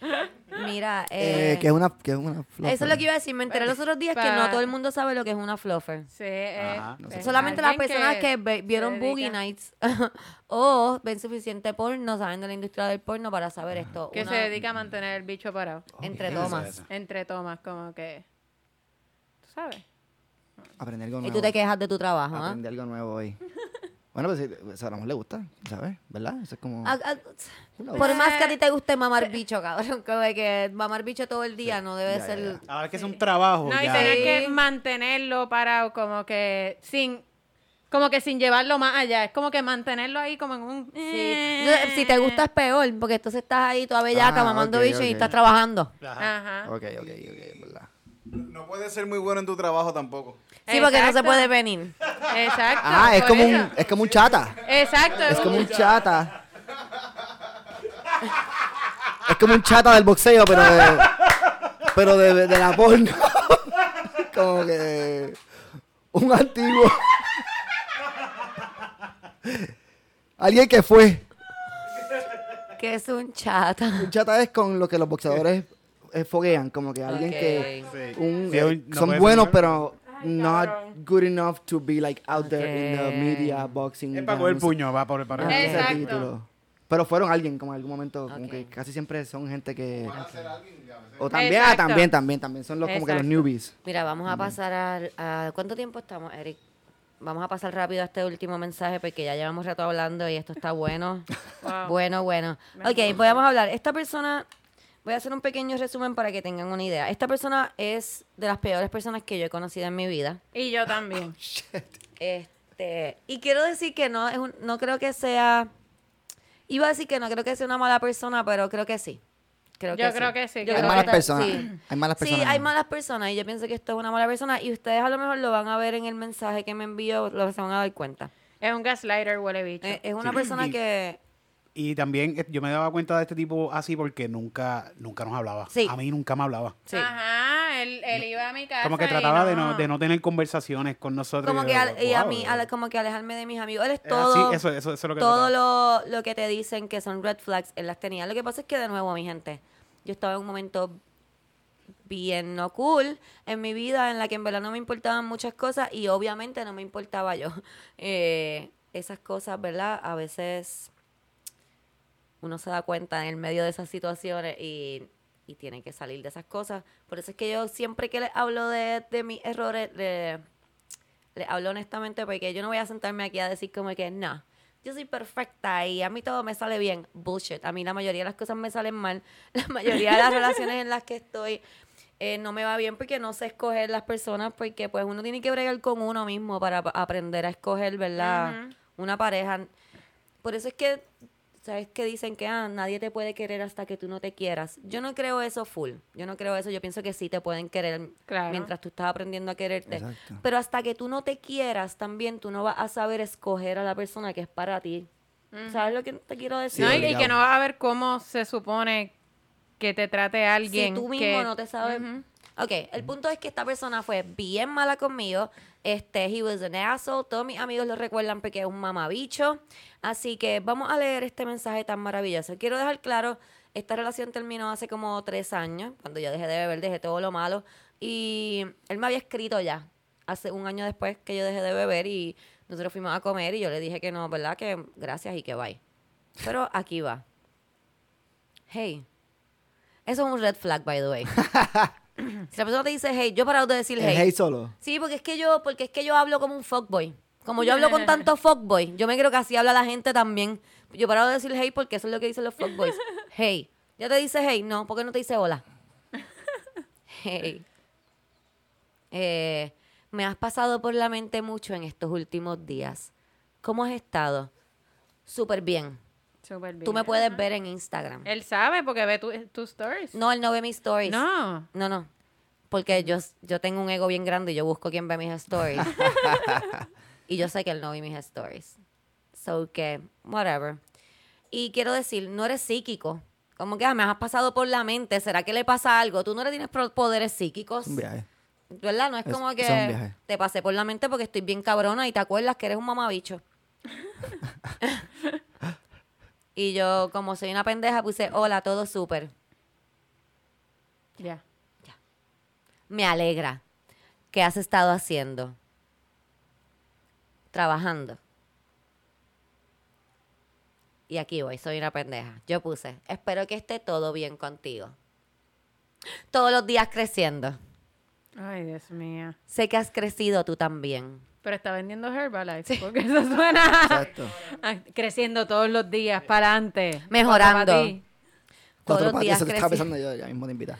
Speaker 1: Mira,
Speaker 3: Eh,
Speaker 1: eh,
Speaker 3: que es una, que es una flor.
Speaker 1: eso es lo que iba a decir. Me enteré los otros días que
Speaker 2: Pa-
Speaker 1: no todo el mundo sabe lo que es una fluffer.
Speaker 2: Sí, eh,
Speaker 4: Ajá, no
Speaker 2: eh,
Speaker 1: Solamente las
Speaker 2: alguien
Speaker 1: personas que, ve- vieron
Speaker 2: se dedica-
Speaker 1: Boogie Nights o ven suficiente porno, saben de la industria del porno para
Speaker 3: Ah,
Speaker 1: saber esto.
Speaker 2: que
Speaker 1: Una-
Speaker 2: se dedica a mantener el bicho parado.
Speaker 1: entre tomas.
Speaker 2: Entre tomas, como que... ¿Tú sabes?
Speaker 3: Aprender algo
Speaker 1: Y
Speaker 3: nuevo.
Speaker 1: tú te quejas de tu trabajo, ¿ah?
Speaker 3: Aprender algo nuevo hoy. Bueno, pues si- a Ramón le gusta, ¿sabes? ¿Verdad? Eso es como...
Speaker 1: Ah, ah,
Speaker 3: una
Speaker 1: Por más
Speaker 2: eh,
Speaker 1: que a ti te guste mamar bicho, cabrón, como de que mamar bicho todo el día no debe
Speaker 3: ya,
Speaker 1: ser...
Speaker 3: ya,
Speaker 4: Ahora que es un trabajo.
Speaker 2: No, y
Speaker 4: Oh, ya.
Speaker 2: tener
Speaker 1: Sí.
Speaker 2: que mantenerlo parado como que sin como que sin llevarlo más allá, es como que mantenerlo ahí como en un eh.
Speaker 1: Sí. Entonces, si te gusta es peor, porque entonces estás ahí toda bellaca
Speaker 3: Ah,
Speaker 1: mamando
Speaker 3: ok,
Speaker 1: bicho
Speaker 3: ok.
Speaker 1: y estás trabajando.
Speaker 2: Ajá.
Speaker 3: Ok, ok, ok, es ¿verdad?
Speaker 5: No puedes ser muy bueno en tu trabajo tampoco.
Speaker 1: Sí, porque no se
Speaker 2: Exacto.
Speaker 1: puede venir.
Speaker 2: Exacto.
Speaker 3: Ah, es
Speaker 2: por
Speaker 3: como
Speaker 2: eso.
Speaker 3: un, es como un chata.
Speaker 2: Exacto.
Speaker 3: Es como un chata. Es como un chata del boxeo, pero de, pero de, de la porno. Como que un antiguo. Alguien que fue.
Speaker 1: Que es un chata.
Speaker 3: Un chata es con lo que los boxeadores eh, foguean, como que alguien que
Speaker 1: Ok.
Speaker 5: Sí.
Speaker 3: un-
Speaker 4: Sí,
Speaker 3: eh,
Speaker 4: un- no
Speaker 3: son
Speaker 4: puede
Speaker 3: buenos,
Speaker 4: ser.
Speaker 3: pero
Speaker 2: cabrón.
Speaker 3: not good enough to be like out there in the
Speaker 1: Ok.
Speaker 3: media boxing.
Speaker 4: Es para coger
Speaker 3: no sé.
Speaker 4: puño, va por para.
Speaker 3: Ah, ese
Speaker 2: Exacto.
Speaker 3: título. Pero fueron alguien, como en algún momento, como
Speaker 1: Ok.
Speaker 3: que casi siempre son gente que...
Speaker 5: alguien, ya,
Speaker 3: O también, ah,
Speaker 2: Exacto.
Speaker 3: también, también, también. Son los, como que los
Speaker 2: Exacto.
Speaker 3: newbies.
Speaker 1: Mira, vamos a pasar al- a, ¿Cuánto tiempo estamos, Eric? Vamos a pasar rápido a este último mensaje porque ya llevamos rato hablando y esto está bueno.
Speaker 2: Wow.
Speaker 1: Bueno, bueno. Ok, podemos hablar. Esta persona... Voy a hacer un pequeño resumen para que tengan una idea. Esta persona es de las peores personas que yo he conocido en mi vida.
Speaker 2: Y yo también.
Speaker 1: Este, y quiero decir que no es un- no creo que sea iba a decir que no creo que sea una mala persona, pero creo que sí. Creo
Speaker 2: Yo
Speaker 1: que
Speaker 2: creo
Speaker 1: sí.
Speaker 2: que sí,
Speaker 1: Yo
Speaker 2: que
Speaker 1: creo
Speaker 3: Hay
Speaker 2: Pero-
Speaker 3: malas
Speaker 1: ta-
Speaker 3: personas.
Speaker 1: sí.
Speaker 3: Hay malas
Speaker 1: Sí,
Speaker 3: personas.
Speaker 1: hay malas personas y yo pienso que esto es una mala persona y ustedes a lo mejor lo van a ver en el mensaje que me envió, lo se van a dar cuenta.
Speaker 2: Es un gaslighter, huele bicho.
Speaker 1: Eh, es una
Speaker 4: Sí.
Speaker 1: persona
Speaker 4: Y-
Speaker 1: que
Speaker 4: Y también eh, yo me daba cuenta de este tipo así porque nunca, nunca nos hablaba.
Speaker 1: Sí.
Speaker 4: A mí nunca me hablaba.
Speaker 1: sí.
Speaker 2: Ajá, él, él iba a mi casa.
Speaker 4: Como que
Speaker 2: y
Speaker 4: trataba de, no, de no tener conversaciones con nosotros.
Speaker 1: como
Speaker 4: yo,
Speaker 1: que al- y a
Speaker 4: wow,
Speaker 1: mí
Speaker 4: yo-
Speaker 1: ale- como que alejarme de mis amigos, él es
Speaker 4: Ah,
Speaker 1: todo
Speaker 4: sí, eso, eso, eso es lo que
Speaker 1: todo
Speaker 4: trataba.
Speaker 1: lo, lo que te dicen que son red flags, él las tenía. Lo que pasa es que, de nuevo, mi gente, yo estaba en un momento bien no cool en mi vida, en la que en verdad no me importaban muchas cosas y obviamente no me importaba yo. Eh, esas cosas, ¿verdad? A veces uno se da cuenta en el medio de esas situaciones y, y tiene que salir de esas cosas. Por eso es que yo siempre que les hablo de, de mis errores, de les hablo honestamente porque yo no voy a sentarme aquí a decir como que, no, yo soy perfecta y a mí todo me sale bien. Bullshit. A mí la mayoría de las cosas me salen mal. La mayoría de las relaciones en las que estoy eh, no me va bien porque no sé escoger las personas porque pues uno tiene que bregar con uno mismo para pa- aprender a escoger, ¿verdad?
Speaker 2: Ujú.
Speaker 1: Una pareja. Por eso es que, ¿sabes que dicen que ah, nadie te puede querer hasta que tú no te quieras? Yo no creo eso full. Yo no creo eso. Yo pienso que sí te pueden querer
Speaker 2: Claro.
Speaker 1: mientras tú estás aprendiendo a quererte.
Speaker 3: Exacto.
Speaker 1: Pero hasta que tú no te quieras también, tú no vas a saber escoger a la persas que es para ti. ¿Sabes lo que te quiero decir?
Speaker 2: No, y- y
Speaker 3: obligado.
Speaker 2: que no va a ver cómo se supone que te trate alguien.
Speaker 1: Si tú mismo
Speaker 2: que-
Speaker 1: no te sabes.
Speaker 2: Ujú.
Speaker 1: Ok, el punto es que esta persona fue bien mala conmigo. Este, he was an asshole. Todos mis amigos lo recuerdan porque es un mamabicho. Así que vamos a leer este mensaje tan maravilloso. Quiero dejar claro, esta relación terminó hace como tres años, cuando yo dejé de beber, dejé todo lo malo. Y él me había escrito ya, hace un año después que yo dejé de beber y nosotros fuimos a comer y yo le dije que no, ¿verdad? Que gracias y que bye. Pero aquí va. Hey. Eso es un red flag, by the way. si la persona te dice hey, yo he parado de decir
Speaker 3: El
Speaker 1: hey.
Speaker 3: hate solo.
Speaker 1: Sí, porque es que yo, porque es que yo hablo como un fuckboy. Como yo hablo con tantos fuckboys, yo me creo que así habla la gente también. Yo he parado de decir hey porque eso es lo que dicen los fuckboys. Hey. Ya te dice hey, no, ¿por qué no te dice hola? Hey. Eh, me has pasado por la mente mucho en estos últimos días. ¿Cómo has estado? Súper bien.
Speaker 2: Súper bien.
Speaker 1: Tú me puedes ver en Instagram.
Speaker 2: Él sabe porque ve tu- tus stories.
Speaker 1: No, pues. él no ve mis stories.
Speaker 2: No.
Speaker 1: No, no. Porque yo, yo tengo un ego bien grande y yo busco quién ve mis stories. y yo sé que él no ve mis stories. So que, whatever. Y quiero decir, no eres psíquico. Como que ah, me has pasado por la mente. ¿Será que le pasa algo? Tú no le tienes pro- poderes psíquicos.
Speaker 3: Un viaje.
Speaker 1: ¿Verdad? No es
Speaker 3: Es-
Speaker 1: como
Speaker 3: eso es un
Speaker 1: que
Speaker 3: viaje.
Speaker 1: te pasé por la mente porque estoy bien cabrona y te acuerdas que eres un mamabicho. y yo, como soy una pendeja, puse, hola, todo súper.
Speaker 2: Ya.
Speaker 1: Me alegra. ¿Qué has estado haciendo? Trabajando. Y aquí voy, soy una pendeja. Yo puse, espero que esté todo bien contigo. Todos los días creciendo.
Speaker 2: Ay, Dios mío.
Speaker 1: Sé que has crecido tú también.
Speaker 2: Pero está vendiendo Herbalife. Porque eso suena.
Speaker 3: Exacto.
Speaker 2: Ah, creciendo todos los días, para adelante.
Speaker 1: Mejorando. Todos
Speaker 3: Otro
Speaker 1: los
Speaker 3: pa-
Speaker 1: días
Speaker 3: eso te estaba
Speaker 1: creci-
Speaker 3: pensando yo, ya mismo te invita.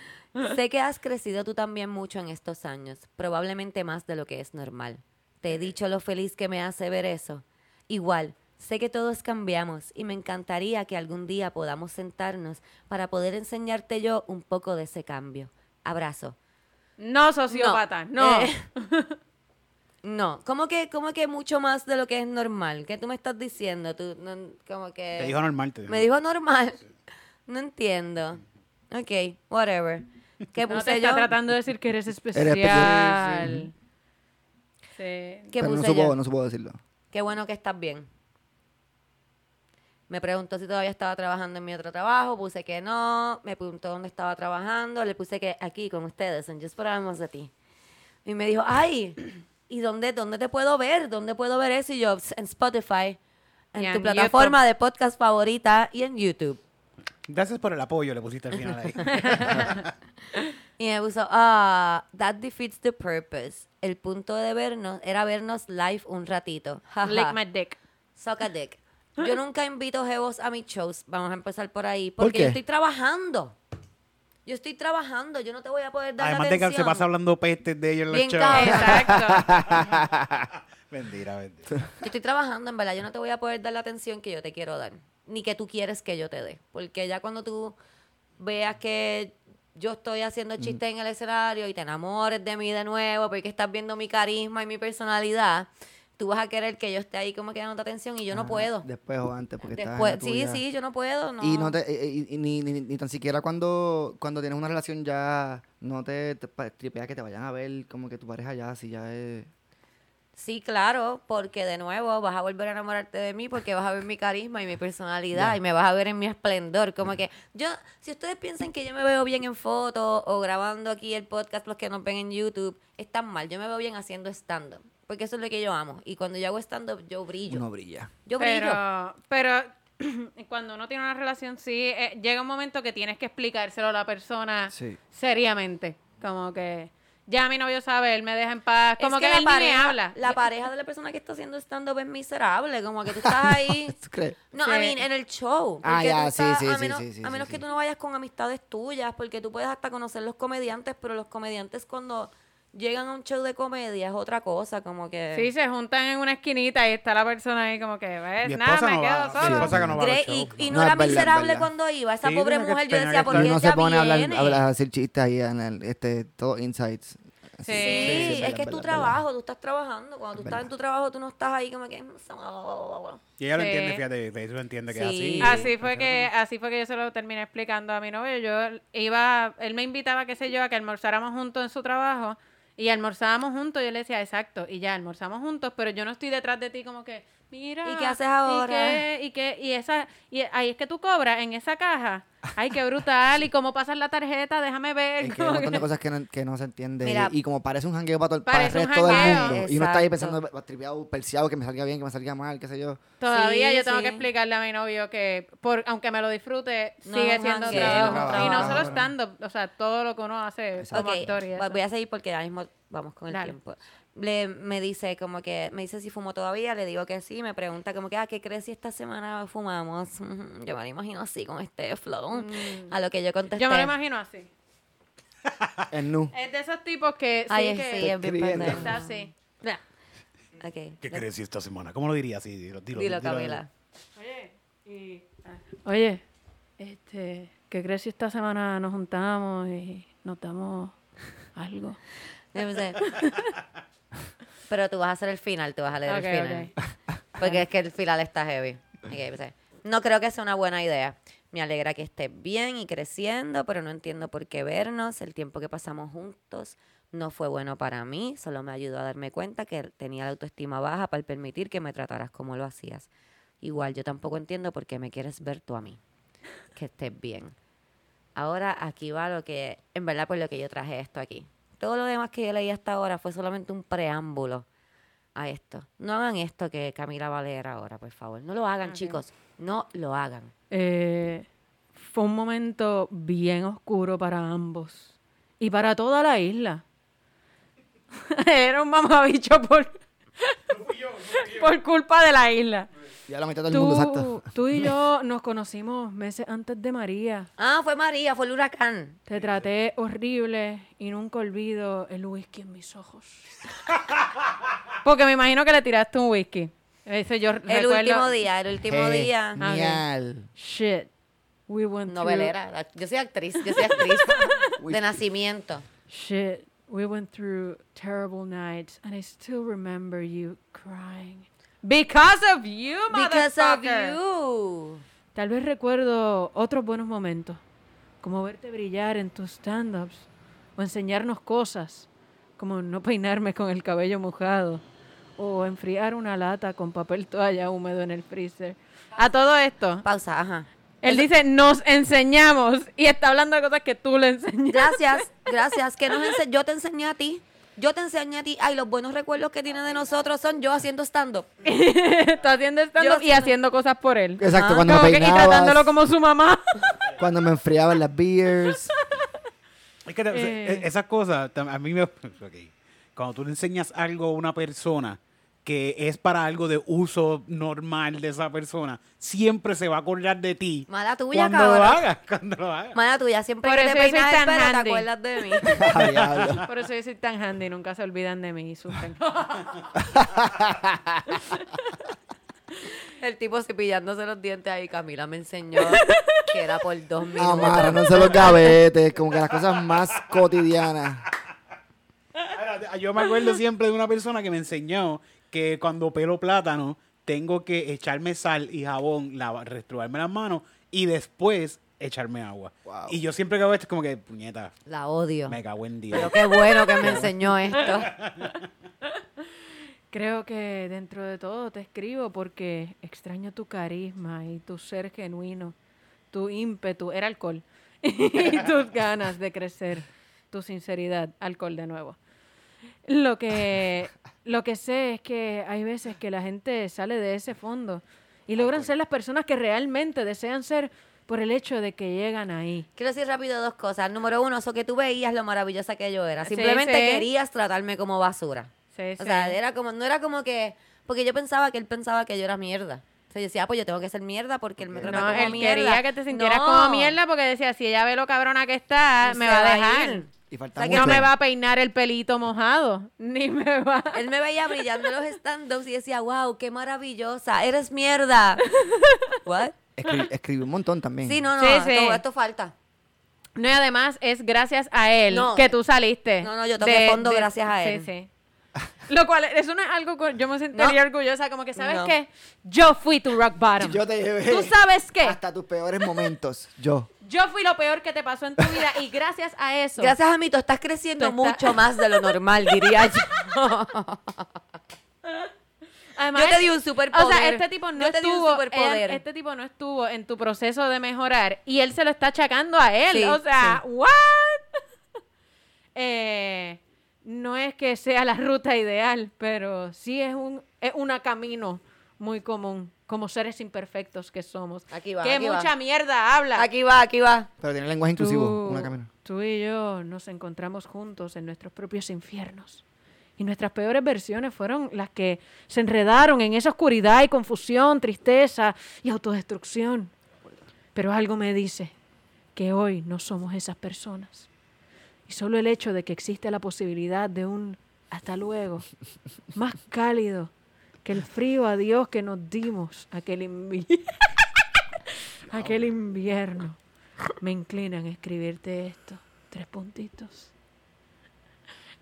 Speaker 1: Sé que has crecido tú también mucho en estos años, probablemente más de lo que es normal. Te he dicho lo feliz que me hace ver eso. Igual, sé que todos cambiamos y me encantaría que algún día podamos sentarnos para poder enseñarte yo un poco de ese cambio. Abrazo.
Speaker 2: No, sociópata, no.
Speaker 1: Eh, No, como que, como que mucho más de lo que es normal. ¿Qué tú me estás diciendo? Tú, no, como que...
Speaker 4: Te dijo normal, te dijo.
Speaker 1: Me dijo normal. No entiendo. Ok, whatever. ¿Qué
Speaker 2: no
Speaker 1: puse
Speaker 2: te
Speaker 1: yo?
Speaker 2: está tratando de decir que eres especial.
Speaker 3: especial.
Speaker 2: Sí.
Speaker 1: ¿Qué
Speaker 3: Pero no
Speaker 1: puse
Speaker 3: supo,
Speaker 1: yo?
Speaker 3: no supo decirlo.
Speaker 1: Qué bueno que estás bien. Me preguntó si todavía estaba trabajando en mi otro trabajo, puse que no, me preguntó dónde estaba trabajando, le puse que aquí con ustedes, en Just Hablamos de ti. Y me dijo, ay, ¿y dónde, dónde te puedo ver? ¿Dónde puedo ver eso? Y yo, "Ps- en Spotify, en
Speaker 2: Y
Speaker 1: tu
Speaker 2: en
Speaker 1: plataforma de podcast favorita y en YouTube.
Speaker 4: Gracias por el apoyo, le pusiste al final ahí.
Speaker 1: Y me puso, ah, that defeats the purpose. El punto de vernos era vernos live un ratito. Jaja.
Speaker 2: Lick my dick.
Speaker 1: Suck a dick. Yo nunca invito jevos a mis shows. Vamos a empezar por ahí.
Speaker 3: ¿Por
Speaker 1: Porque
Speaker 3: qué?
Speaker 1: yo estoy trabajando. Yo estoy trabajando. Yo no te voy a poder dar
Speaker 4: Además de
Speaker 1: atención.
Speaker 4: que se pasa hablando pestes de ellos en los
Speaker 1: Bien
Speaker 4: shows.
Speaker 1: cabrón.
Speaker 2: Exacto.
Speaker 4: Mentira, mentira.
Speaker 1: Yo estoy trabajando, en verdad. Yo no te voy a poder dar la atención que yo te quiero dar. Ni que tú quieres que yo te dé. Porque ya cuando tú veas que yo estoy haciendo chistes en el escenario y te enamores de mí de nuevo porque estás viendo mi carisma y mi personalidad, tú vas a querer que yo esté ahí como que dándote atención y yo no
Speaker 3: Ah,
Speaker 1: puedo.
Speaker 3: Después o antes, porque estás en la
Speaker 1: Después, sí,
Speaker 3: tuya.
Speaker 1: sí, yo no puedo. No.
Speaker 3: Y, no te, eh, y- y- y ni, ni, ni tan siquiera cuando, cuando tienes una relación ya no te, te pa- tripea que te vayan a ver como que tu pareja ya, si ya es...
Speaker 1: Sí, claro, porque de nuevo vas a volver a enamorarte de mí porque vas a ver mi carisma y mi personalidad y me vas a ver en mi esplendor. Como que yo, si ustedes piensan que yo me veo bien en fotos o grabando aquí el podcast, los que nos ven en YouTube, están mal. Yo me veo bien haciendo stand-up, porque eso es lo que yo amo. Y cuando yo hago stand-up, yo brillo.
Speaker 3: Uno brilla.
Speaker 1: Yo brillo.
Speaker 2: pero, pero cuando uno tiene una relación, sí, eh, llega un momento que tienes que explicárselo a la persona
Speaker 3: Sí.
Speaker 2: seriamente. Como que ya mi novio sabe, él me deja en paz. Como
Speaker 1: Es
Speaker 2: que, él ni me habla.
Speaker 1: la pareja de la persona que está haciendo stand-up es miserable. Como que tú estás ahí
Speaker 3: ¿Tú crees?
Speaker 1: No,
Speaker 2: Sí.
Speaker 1: I mean, en el show.
Speaker 3: Ah,
Speaker 1: porque tú
Speaker 3: ya, sí,
Speaker 1: estás-
Speaker 3: sí,
Speaker 1: a
Speaker 3: sí,
Speaker 1: menos,
Speaker 3: sí, sí,
Speaker 1: a
Speaker 3: sí,
Speaker 1: menos
Speaker 3: sí.
Speaker 1: que tú no vayas con amistades tuyas, porque tú puedes hasta conocer los comediantes, pero los comediantes cuando llegan a un show de comedia es otra cosa, como que...
Speaker 2: Sí, se juntan en una esquinita y está la persona ahí como que,
Speaker 4: Mi
Speaker 2: ¿ves?
Speaker 4: esposa
Speaker 2: Pues Nada, me
Speaker 4: no va.
Speaker 2: quedo
Speaker 4: Mi
Speaker 2: solo.
Speaker 4: esposa que no va a los
Speaker 1: Gre-
Speaker 4: shows,
Speaker 1: y, y
Speaker 4: no.
Speaker 1: no,
Speaker 3: No,
Speaker 1: era
Speaker 3: es verdad, es
Speaker 1: miserable
Speaker 3: verdad.
Speaker 1: cuando iba, esa
Speaker 4: Sí,
Speaker 1: pobre
Speaker 4: mira, qué
Speaker 1: mujer, yo
Speaker 4: pena
Speaker 1: decía,
Speaker 4: que
Speaker 1: ¿por
Speaker 4: está-
Speaker 1: qué
Speaker 3: Y uno se
Speaker 1: ella
Speaker 3: pone a hablar,
Speaker 1: viene?".
Speaker 3: a hablar- a hacer chistes ahí en el, este, todo insights.
Speaker 2: Sí.
Speaker 1: Sí,
Speaker 3: Sí,
Speaker 1: es
Speaker 3: verdad,
Speaker 1: que es
Speaker 3: verdad,
Speaker 1: tu
Speaker 3: verdad.
Speaker 1: trabajo, tú estás trabajando, cuando tú estás
Speaker 3: Verdad.
Speaker 1: en tu trabajo, tú no estás ahí como que... "Mm, oh, Sí,
Speaker 4: Y ella lo
Speaker 2: Sí.
Speaker 4: entiende, fíjate, Facebook entiende que es
Speaker 1: Sí.
Speaker 4: así.
Speaker 2: Así fue que, así fue que yo se lo terminé explicando a mi novio. Yo iba, él me invitaba, qué sé yo, a que almorzáramos juntos en su trabajo y almorzábamos juntos. Yo le decía, exacto, y ya almorzamos juntos, pero yo no estoy detrás de ti como que, mira.
Speaker 1: ¿Y qué haces ahora?
Speaker 2: ¿Y qué? ¿Y qué? Y esa, y ahí es que tú cobras en esa caja. Ay, qué brutal. ¿Y cómo pasas la tarjeta? Déjame ver.
Speaker 3: Es que hay
Speaker 2: como
Speaker 3: un montón de
Speaker 2: que-
Speaker 3: cosas que no, que no se entiende.
Speaker 1: Mira.
Speaker 3: y como parece un jangueo para, todo el- para el
Speaker 2: Parece un
Speaker 3: resto del
Speaker 2: jangueo.
Speaker 3: mundo. Y uno está ahí
Speaker 1: Exacto.
Speaker 3: pensando, "Va, tripeado, perseado, que me salga bien, que me salga mal, qué sé yo.
Speaker 2: Todavía
Speaker 1: Sí,
Speaker 2: yo tengo
Speaker 1: sí.
Speaker 2: que explicarle a mi novio que, por, aunque me lo disfrute,
Speaker 1: No,
Speaker 2: sigue
Speaker 1: es un
Speaker 2: siendo
Speaker 1: jangueo,
Speaker 2: trabajo.
Speaker 3: es
Speaker 2: Y
Speaker 3: un
Speaker 2: no
Speaker 3: trabajo.
Speaker 2: solo estando, o sea, todo lo que uno hace como
Speaker 1: Ok,
Speaker 2: actor y
Speaker 1: va-
Speaker 2: eso.
Speaker 1: voy a seguir porque ya mismo vamos con el
Speaker 2: Dale.
Speaker 1: tiempo. Le, me dice como que, me dice si fumo todavía, le digo que sí, me pregunta como que, ah, ¿qué crees si esta semana fumamos? Yo me lo imagino así con este flow. A lo que yo contesté.
Speaker 2: Mm. Yo me lo imagino así.
Speaker 3: Es nu.
Speaker 2: Es de esos tipos que sí
Speaker 1: Ay, es-
Speaker 2: que
Speaker 1: sí, es bien
Speaker 3: escribiendo.
Speaker 1: pendejo.
Speaker 2: está así. Bla.
Speaker 1: Ok.
Speaker 4: ¿Qué crees esta semana? ¿Cómo lo diría así? Dilo, dilo,
Speaker 1: Dilo,
Speaker 4: dilo.
Speaker 1: Camila.
Speaker 2: Oye, y- ah. Oye, este, ¿qué crees si esta semana nos juntamos y nos damos algo?
Speaker 1: Yo me sé. Pero tú vas a hacer el final, tú vas a leer
Speaker 2: Ok,
Speaker 1: el final. Porque es que el final está heavy. Ok, pues, eh, No creo que sea una buena idea. Me alegra que estés bien y creciendo, pero no entiendo por qué vernos. El tiempo que pasamos juntos no fue bueno para mí. Solo me ayudó a darme cuenta que tenía la autoestima baja para permitir que me trataras como lo hacías. Igual yo tampoco entiendo por qué me quieres ver tú a mí. Que estés bien. Ahora aquí va lo que, en verdad, por lo que yo traje esto aquí. Todo lo demás que yo leí hasta ahora fue solamente un preámbulo a esto. No hagan esto que Camila va a leer ahora, por favor. No lo hagan, chicos. No lo hagan.
Speaker 2: Eh, fue un momento bien oscuro para ambos y para toda la isla. Era un mamabicho por, por culpa de la isla.
Speaker 3: Ya la mitad del mundo, exacto.
Speaker 2: tú y yo nos conocimos meses antes de María.
Speaker 1: Ah, fue María, fue el huracán.
Speaker 2: Te traté horrible y nunca olvido el whisky en mis ojos. Porque me imagino que le tiraste un whisky. Ese yo
Speaker 1: El
Speaker 2: recuerdo-
Speaker 1: último día, el último día.
Speaker 3: Mm.
Speaker 1: Ah,
Speaker 3: Genial.
Speaker 2: Shit. We went through-
Speaker 1: Novelera. Yo soy actriz, yo soy actriz de nacimiento.
Speaker 2: Shit. We went through terrible nights and I still remember you crying. Because of you,
Speaker 1: Because of
Speaker 2: motherfucker.
Speaker 1: you.
Speaker 2: Tal vez recuerdo otros buenos momentos, como verte brillar en tus stand-ups o enseñarnos cosas, como no peinarme con el cabello mojado o enfriar una lata con papel toalla húmedo en el freezer. A todo esto,
Speaker 1: Pausa, ajá.
Speaker 2: él dice, nos enseñamos y está hablando de cosas que tú le enseñaste.
Speaker 1: Gracias, gracias. Que nos ense- yo te enseñé a ti. Yo te enseñé a ti. Ay, los buenos recuerdos que tiene de nosotros son yo haciendo stand-up.
Speaker 2: está haciendo stand-up y
Speaker 1: haciendo-
Speaker 2: haciendo cosas por él.
Speaker 1: Ah,
Speaker 3: Exacto, cuando me
Speaker 2: Como que- y tratándolo
Speaker 3: peinabas,
Speaker 2: como su mamá.
Speaker 3: cuando me enfriaban las beers.
Speaker 4: Es que te-
Speaker 2: Eh.
Speaker 4: e- esas cosas tam- a mí me... ok. Cuando tú le enseñas algo a una persona que es para algo de uso normal de esa persona, siempre se va a acordar de ti.
Speaker 1: Mala tuya,
Speaker 4: cuando lo
Speaker 1: cabrón.
Speaker 4: hagas, cuando lo hagas.
Speaker 1: Mala tuya, siempre
Speaker 2: Por
Speaker 1: que te
Speaker 2: eso yo soy
Speaker 1: peinas el
Speaker 2: tan
Speaker 1: pelo
Speaker 2: handy.
Speaker 1: te acuerdas de mí.
Speaker 3: Ah, diablo.
Speaker 2: Por eso yo soy tan handy, nunca se olvidan de mí. sufren.
Speaker 1: El tipo cepillándose los dientes ahí. Camila me enseñó que era por dos minutos.
Speaker 3: Amarrándose los gavetes, como que las cosas más cotidianas.
Speaker 4: Ahora, Yo me acuerdo siempre de una persona que me enseñó que cuando pelo plátano tengo que echarme sal y jabón, lava- restregarme las manos y después echarme agua.
Speaker 3: Wow.
Speaker 4: Y yo siempre que hago esto es como que, puñeta,
Speaker 1: La odio.
Speaker 4: me cago en Dios.
Speaker 1: Pero qué bueno que me enseñó esto.
Speaker 2: Creo que dentro de todo te escribo porque extraño tu carisma y tu ser genuino, tu ímpetu, era alcohol, y tus ganas de crecer, tu sinceridad, alcohol de nuevo. Lo que, lo que sé es que hay veces que la gente sale de ese fondo y logran ser las personas que realmente desean ser por el hecho de que llegan ahí.
Speaker 1: Quiero decir rápido dos cosas. Número uno, eso que tú veías lo maravillosa que yo era.
Speaker 2: Sí,
Speaker 1: Simplemente
Speaker 2: sí.
Speaker 1: querías tratarme como basura.
Speaker 2: Sí,
Speaker 1: O
Speaker 2: sí.
Speaker 1: sea, era como, no era como que, porque yo pensaba que él pensaba que yo era mierda. O sea, yo decía, ah, pues yo tengo que ser mierda porque él me trata
Speaker 2: No,
Speaker 1: como
Speaker 2: él
Speaker 1: mierda.
Speaker 2: quería que te sintieras
Speaker 1: No,
Speaker 2: como mierda porque decía, si ella ve lo cabrona que está,
Speaker 1: él
Speaker 2: me
Speaker 1: se
Speaker 2: va a dejar.
Speaker 1: ir.
Speaker 3: Y
Speaker 1: O sea,
Speaker 3: falta
Speaker 1: que
Speaker 2: No
Speaker 3: mucho.
Speaker 2: me va a peinar el pelito mojado, ni me va.
Speaker 1: Él me veía brillando en los stand-ups y decía, wow, qué maravillosa, eres mierda. ¿What?
Speaker 3: Escri- escribí un montón también.
Speaker 1: Sí, no, no,
Speaker 2: Sí, sí.
Speaker 1: Esto, esto falta.
Speaker 2: No, y además es gracias a él
Speaker 1: No.
Speaker 2: que tú saliste.
Speaker 1: No, no, yo toqué fondo gracias a él.
Speaker 2: Sí, sí. Lo cual, eso no es algo que yo me sentiría orgullosa, como que, ¿sabes
Speaker 1: No.
Speaker 2: qué? Yo fui tu rock bottom.
Speaker 3: Yo te llevé.
Speaker 2: ¿Tú sabes qué?
Speaker 3: Hasta tus peores momentos. Yo.
Speaker 2: Yo fui lo peor que te pasó en tu vida y gracias a eso.
Speaker 1: Gracias a mí, tú estás creciendo
Speaker 2: Tú estás-
Speaker 1: mucho más de lo normal, diría yo.
Speaker 2: Además,
Speaker 1: Yo te di
Speaker 2: él-
Speaker 1: un superpoder.
Speaker 2: O sea, este tipo no
Speaker 1: Yo te di un
Speaker 2: estuvo. él-
Speaker 1: superpoder.
Speaker 2: este tipo no estuvo en tu proceso de mejorar y él se lo está achacando a él.
Speaker 1: Sí,
Speaker 2: o sea, ¿what? Eh, no es que sea la ruta ideal, pero sí es un es una camino muy común como seres imperfectos que somos.
Speaker 1: Aquí va,
Speaker 2: Que
Speaker 1: aquí va.
Speaker 2: mucha mierda habla.
Speaker 1: Aquí va, aquí va.
Speaker 3: Pero tiene lenguaje inclusivo. Una camina.
Speaker 2: Tú y yo nos encontramos juntos en nuestros propios infiernos. Y nuestras peores versiones fueron las que se enredaron en esa oscuridad y confusión, tristeza y autodestrucción. Pero algo me dice que hoy no somos esas personas. Y solo el hecho de que existe la posibilidad de un hasta luego más cálido que el frío adiós que nos dimos aquel, invi- aquel invierno me inclinan a escribirte esto. Tres puntitos.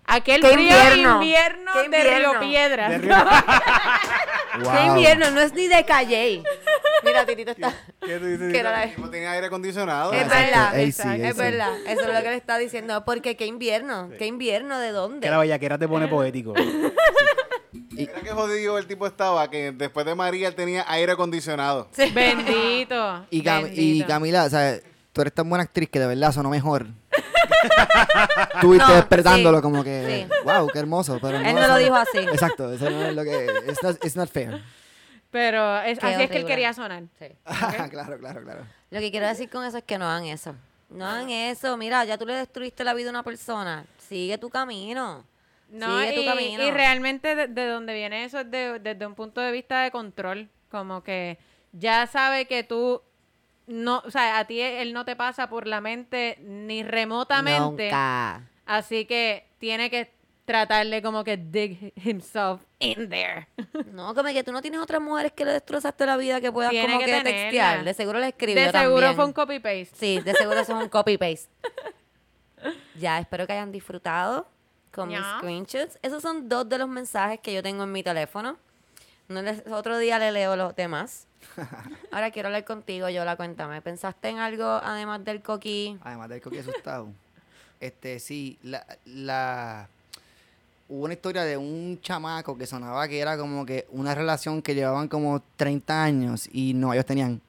Speaker 2: Aquel
Speaker 1: ¡Qué
Speaker 2: frío
Speaker 1: invierno!
Speaker 2: invierno,
Speaker 1: ¡Qué
Speaker 2: de
Speaker 1: invierno!
Speaker 2: Río Piedras.
Speaker 4: De río-
Speaker 3: Wow.
Speaker 1: Qué invierno, no es ni de calle. Mira, Titito está.
Speaker 5: ¿Qué tú dices?
Speaker 1: Que era la-
Speaker 5: El tipo tenía aire acondicionado.
Speaker 1: Es
Speaker 5: ¿no?
Speaker 1: verdad,
Speaker 3: Ey,
Speaker 2: exacto.
Speaker 3: sí, Ah, ey,
Speaker 1: Es
Speaker 3: sí.
Speaker 1: verdad, eso es lo que le está diciendo. Porque qué invierno, qué invierno, ¿de
Speaker 4: que la
Speaker 1: dónde?
Speaker 4: bellaquera te pone poético.
Speaker 5: Era que jodido el tipo estaba, que después de María él tenía aire acondicionado.
Speaker 1: Sí.
Speaker 2: Bendito.
Speaker 3: Y, Cam- y
Speaker 2: bendito.
Speaker 3: Camila, o sea, tú eres tan buena actriz que de verdad sonó mejor. Estuviste
Speaker 1: No,
Speaker 3: despertándolo
Speaker 1: sí,
Speaker 3: como que,
Speaker 1: sí.
Speaker 3: wow, qué hermoso. Pero
Speaker 1: Él no lo
Speaker 3: eso-
Speaker 1: dijo así.
Speaker 3: Exacto, eso no es lo que, it's not, it's not fair.
Speaker 2: Pero es-
Speaker 1: Qué
Speaker 2: así es que él
Speaker 1: horrible.
Speaker 2: quería sonar.
Speaker 1: Sí.
Speaker 3: claro, claro, claro.
Speaker 1: Lo que quiero decir con eso es que no hagan eso. No hagan eso. Mira, ya tú le destruiste la vida a una persona. Sigue tu camino.
Speaker 2: No,
Speaker 1: Sigue tu
Speaker 2: y,
Speaker 1: camino.
Speaker 2: y realmente de, de donde viene eso es de- desde un punto de vista de control. Como que ya sabe que tú no, o sea, a ti él no te pasa por la mente ni remotamente.
Speaker 1: Nunca.
Speaker 2: Así que tiene que tratarle como que dig himself in there.
Speaker 1: No, como que tú no tienes otras mujeres que le destrozaste la vida que puedas
Speaker 2: Tiene
Speaker 1: como que,
Speaker 2: que tenerla.
Speaker 1: textear. De seguro le escribió
Speaker 2: de seguro
Speaker 1: también.
Speaker 2: fue un copy paste.
Speaker 1: Sí, de seguro eso es un copy-paste. ya, espero que hayan disfrutado, con mis
Speaker 2: Ya.
Speaker 1: screenshots. Esos son dos de los mensajes que yo tengo en mi teléfono. No les- otro día le leo los demás. Ahora quiero hablar contigo, Yola, cuéntame. ¿Pensaste en algo además del coquí?
Speaker 3: Además del coquí asustado. Este, sí, la, la... Hubo una historia de un chamaco que sonaba que era como que una relación que llevaban como 30 años y no, ellos tenían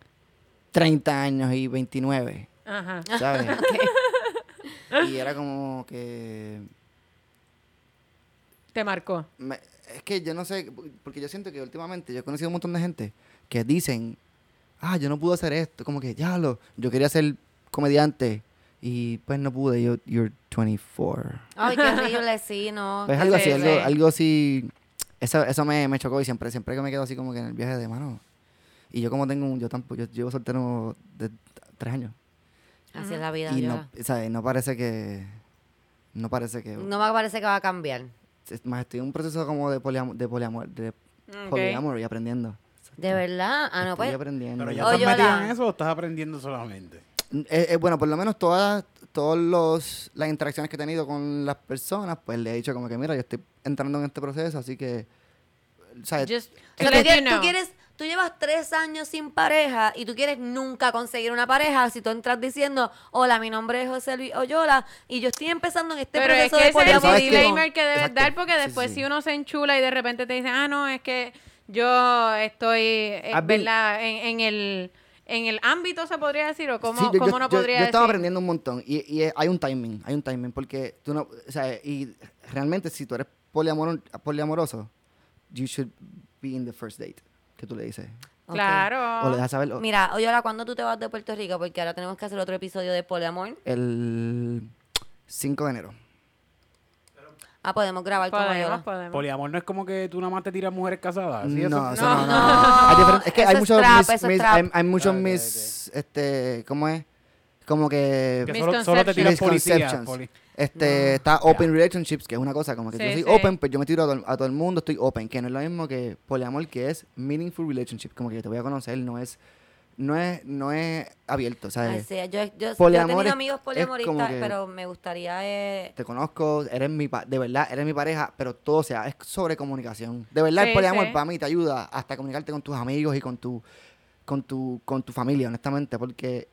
Speaker 3: 30 años y 29,
Speaker 2: Ajá.
Speaker 3: ¿sabes? Y era como que...
Speaker 2: Te marcó.
Speaker 3: me- es que yo no sé, porque yo siento que últimamente yo he conocido un montón de gente que dicen, ah, yo no pude hacer esto, como que, ya lo, yo quería ser comediante y pues no pude, yo, you're 24.
Speaker 1: Ay, qué horrible, sí, no.
Speaker 3: Pues
Speaker 1: qué
Speaker 3: algo así,
Speaker 2: sí,
Speaker 1: horrible.
Speaker 3: algo,
Speaker 2: sí.
Speaker 3: algo así, eso, eso me, me chocó y siempre, siempre que me quedo así como que en el viaje de mano. Y yo como tengo un, yo tampoco, yo llevo soltero de t- tres años.
Speaker 1: Así es la vida,
Speaker 3: y
Speaker 1: Yola.
Speaker 3: no, ¿sabes? No parece que, no parece que,
Speaker 1: No, me parece que va a cambiar.
Speaker 3: es más estoy en un proceso como de poliamor, de poliamor, de
Speaker 2: Ok.
Speaker 3: poliamor y aprendiendo.
Speaker 1: De verdad. Ah, no,
Speaker 3: Estoy
Speaker 1: pues.
Speaker 3: aprendiendo.
Speaker 4: Pero
Speaker 3: ya.
Speaker 4: ya
Speaker 1: Oye,
Speaker 4: estás metida
Speaker 1: hola.
Speaker 4: en eso o estás aprendiendo solamente.
Speaker 3: Eh, eh, bueno, por lo menos todas todos los, las interacciones que he tenido con las personas, pues le he dicho como que, mira, yo estoy entrando en este proceso, así que... ¿sabes?
Speaker 2: Just to
Speaker 1: Tú,
Speaker 2: let you
Speaker 1: quieres- tú
Speaker 2: know.
Speaker 1: quieres, tú llevas tres años sin pareja y tú quieres nunca conseguir una pareja si tú entras diciendo, hola, mi nombre es José Luis Oyola y yo estoy empezando en este
Speaker 2: Pero es
Speaker 1: proceso de
Speaker 2: que ese es el
Speaker 3: poliamor.
Speaker 1: poliamorismo.
Speaker 2: disclaimer que debes
Speaker 3: Exacto.
Speaker 2: dar porque
Speaker 3: Sí,
Speaker 2: después
Speaker 3: sí.
Speaker 2: si uno se enchula y de repente te dicen, ah, no, es que yo estoy, eh,
Speaker 3: Has vi-
Speaker 2: ¿verdad? En, en el, en el ámbito se podría decir o cómo,
Speaker 3: Sí, yo-
Speaker 2: cómo
Speaker 3: yo-
Speaker 2: no
Speaker 3: yo-
Speaker 2: podría
Speaker 3: Yo estaba
Speaker 2: decir.
Speaker 3: aprendiendo un montón y, y eh, hay un timing, hay un timing, porque tú no, o sea, y realmente si tú eres poliamor, poliamoroso, you should be in the first date, que tú le dices.
Speaker 1: Ok.
Speaker 2: Claro.
Speaker 3: O le dejas saber o-
Speaker 1: Mira, Oyola, ¿cuándo tú te vas de Puerto Rico? Porque ahora tenemos que hacer otro episodio de poliamor.
Speaker 3: el 5 de enero.
Speaker 1: Ah, podemos grabar con
Speaker 2: Podemos,
Speaker 1: Oyola.
Speaker 2: podemos.
Speaker 4: Poliamor no es como que tú nada más te tiras mujeres casadas. ¿sí? Eso-
Speaker 3: No, eso
Speaker 2: No.
Speaker 3: no, no, no. Hay diferentes- es que
Speaker 1: Eso
Speaker 3: hay
Speaker 1: es
Speaker 3: muchos
Speaker 1: trap,
Speaker 3: mis,
Speaker 1: eso es
Speaker 3: mis-
Speaker 1: trap.
Speaker 3: hay, hay muchos
Speaker 4: Ok, ok.
Speaker 3: mis, este, ¿cómo es? Como que...
Speaker 4: Que solo, solo te tiras policías.
Speaker 3: misconceptions.
Speaker 4: poli-
Speaker 3: Este, está open relationships, que es una cosa, como que
Speaker 2: Sí,
Speaker 3: yo soy
Speaker 2: sí.
Speaker 3: open, pues yo me tiro a, todo- a todo el mundo, estoy open, que no es lo mismo que poliamor, que es meaningful relationship, como que yo te voy a conocer, no es, no es, no es abierto,
Speaker 1: Ay,
Speaker 3: ¿sabes?
Speaker 1: sí, yo, yo- yo, he
Speaker 3: Poliamor
Speaker 1: tenido
Speaker 3: es-
Speaker 1: amigos
Speaker 3: es
Speaker 1: poliamoristas,
Speaker 3: como que-
Speaker 1: pero me gustaría... eh,
Speaker 3: Te conozco, eres mi, pa- de verdad, eres mi pareja, pero todo sea, es sobre comunicación. De verdad,
Speaker 2: Sí,
Speaker 3: el poliamor
Speaker 2: sí.
Speaker 3: para mí te ayuda hasta comunicarte con tus amigos y con tu, con tu, con tu familia, honestamente, porque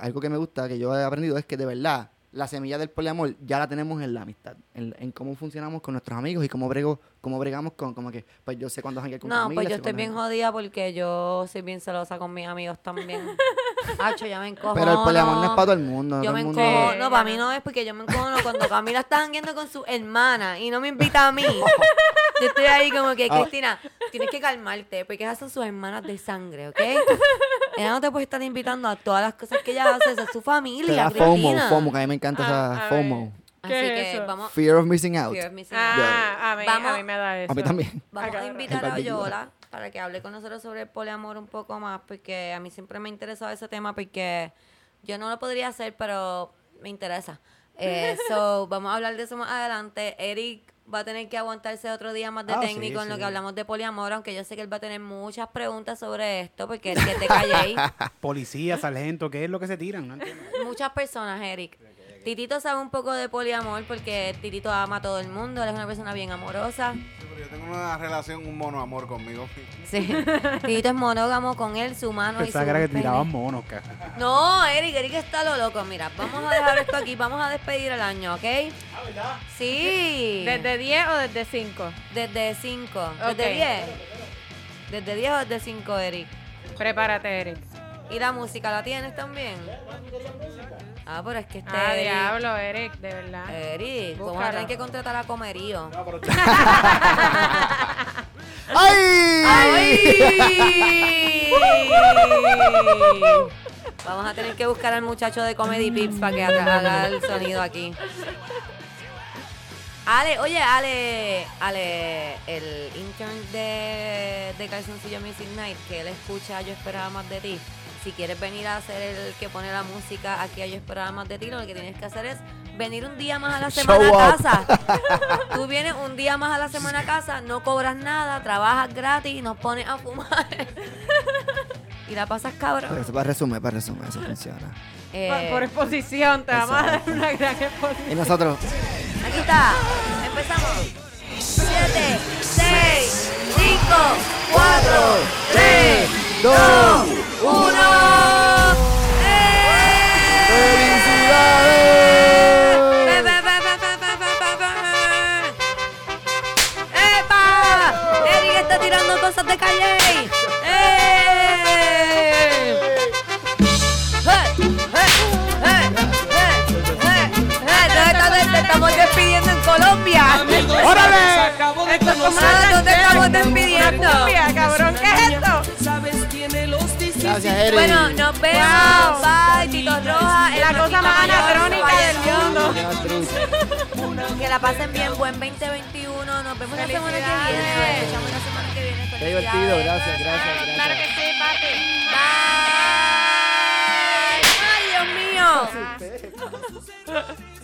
Speaker 3: algo que me gusta, que yo he aprendido, es que de verdad la semilla del poliamor ya la tenemos en la amistad, en, en cómo funcionamos con nuestros amigos y cómo, brego, cómo bregamos con, como que, pues yo sé cuándo janguear con tu
Speaker 1: No,
Speaker 3: familia,
Speaker 1: pues yo
Speaker 3: sé
Speaker 1: estoy
Speaker 3: cuándo
Speaker 1: bien jodida
Speaker 3: janguear-
Speaker 1: porque yo soy bien celosa con mis amigos también. Hacho, ya me encojono.
Speaker 3: Pero el poliamor no es para todo el mundo. no
Speaker 1: Yo
Speaker 3: todo
Speaker 1: me
Speaker 3: el mundo-
Speaker 1: encojono.
Speaker 2: Sí,
Speaker 1: No,
Speaker 2: ya
Speaker 1: para
Speaker 2: no.
Speaker 1: mí no es porque yo me encojono cuando Camila está jangueando con su hermana y no me invita a mí. Yo estoy ahí como
Speaker 3: Ah.
Speaker 1: que, Cristina, tienes que calmarte porque esas son sus hermanas de sangre, ¿ok? Ella no te puede estar invitando a todas las cosas que ella hace, esa es su
Speaker 3: Te da
Speaker 1: familia,
Speaker 3: FOMO,
Speaker 1: Cristina.
Speaker 3: FOMO, que a mí me encanta
Speaker 2: Ah,
Speaker 3: esa
Speaker 2: a ver.
Speaker 3: FOMO.
Speaker 1: Así
Speaker 2: ¿Qué es
Speaker 1: que
Speaker 2: eso?
Speaker 1: vamos...
Speaker 3: Fear of missing out.
Speaker 1: Fear of missing out.
Speaker 2: Ah, a mí,
Speaker 1: Vamos-
Speaker 2: a mí me da eso.
Speaker 3: A mí también.
Speaker 1: Vamos a
Speaker 2: Agarra.
Speaker 1: invitar
Speaker 3: El
Speaker 1: a
Speaker 3: barbecue.
Speaker 1: Yola para que hable con nosotros sobre el poliamor un poco más, porque a mí siempre me ha interesado ese tema, porque yo no lo podría hacer, pero me interesa. Eh, so, vamos a hablar de eso más adelante. Eric va a tener que aguantarse otro día más de
Speaker 4: Ah, sí,
Speaker 1: técnico en lo
Speaker 4: sí.
Speaker 1: que hablamos de poliamor, aunque yo sé que él va a tener muchas preguntas sobre esto, porque es que te calléis.
Speaker 4: Policías, sargento, ¿qué es lo que se tiran? No entiendo.
Speaker 1: muchas personas, Eric. Titito sabe un poco de poliamor porque Titito ama a todo el mundo, él es una persona bien amorosa.
Speaker 5: Pero yo tengo una relación, un mono amor conmigo.
Speaker 1: Sí. Tito es monógamo con él, su mano y su
Speaker 4: Pensaba que era que
Speaker 1: pene.
Speaker 4: tiraban monos, cara.
Speaker 1: No, Eric, Eric está lo loco. Mira, vamos a dejar esto aquí, vamos a despedir el año, ¿ok?
Speaker 4: Ah, ¿verdad?
Speaker 1: Sí.
Speaker 2: ¿Desde 10 o desde 5?
Speaker 1: Desde 5.
Speaker 2: Ok.
Speaker 1: Desde 10. Desde 10 o desde 5, Eric.
Speaker 2: Prepárate, Eric.
Speaker 1: ¿Y la música la tienes también? Ah, pero es que este
Speaker 2: Ah,
Speaker 1: Eric.
Speaker 2: diablo, Eric, de verdad.
Speaker 1: Eh. Eric, vamos a
Speaker 2: Búscala.
Speaker 1: tener que contratar a Comerío.
Speaker 3: ¡Ay!
Speaker 1: ¡Ay! Vamos a tener que buscar al muchacho de Comedy Pips para que haga haga el sonido aquí. Ale, oye, Ale, Ale, el intern de, de Calzoncillo Music Night, que él escucha Yo Esperaba Más de Ti. Si quieres venir a ser el que pone la música aquí a Yo Esperaba Más de Ti, lo que tienes que hacer es venir un día más a la semana
Speaker 3: Show
Speaker 1: a
Speaker 3: up.
Speaker 1: casa. Tú vienes un día más a la semana a casa, no cobras nada, trabajas gratis y nos pones a fumar. y la pasas
Speaker 3: Pero
Speaker 1: cabrón.
Speaker 3: eso Para resumir, para resumir, eso funciona.
Speaker 1: Eh,
Speaker 2: Por, por exposición, te vamos a dar una gran exposición.
Speaker 3: Y nosotros.
Speaker 1: aquí chiquita. Empezamos. 7, 6, 5, 4, 3, 2, 1.
Speaker 3: ¡Felicidades!
Speaker 1: ¡Epa! Eric está tirando cosas de calle. ¡Eh! Nos estamos despidiendo en Colombia.
Speaker 2: Esto es como
Speaker 1: Ah,
Speaker 2: una
Speaker 1: ¿dónde
Speaker 2: ranchera,
Speaker 1: estamos
Speaker 2: como una
Speaker 1: despidiendo?
Speaker 2: cumbia, cabrón, ¿qué es esto?
Speaker 3: Gracias, Eric.
Speaker 1: Bueno, nos vemos. Bye, Tito Roja.
Speaker 2: La
Speaker 1: el
Speaker 2: cosa más
Speaker 1: Marquito Mayor
Speaker 2: anacrónica del
Speaker 1: falleció.
Speaker 2: mundo.
Speaker 3: Gracias, Cruz.
Speaker 1: Que la pasen bien. Buen 2021. Nos vemos la semana que viene. Nos
Speaker 2: Felicidades.
Speaker 1: escuchamos la semana que viene.
Speaker 3: Qué divertido,
Speaker 1: Felicidades.
Speaker 3: gracias, gracias, gracias.
Speaker 2: Claro que sí, papi.
Speaker 1: Bye. Ay, Dios mío.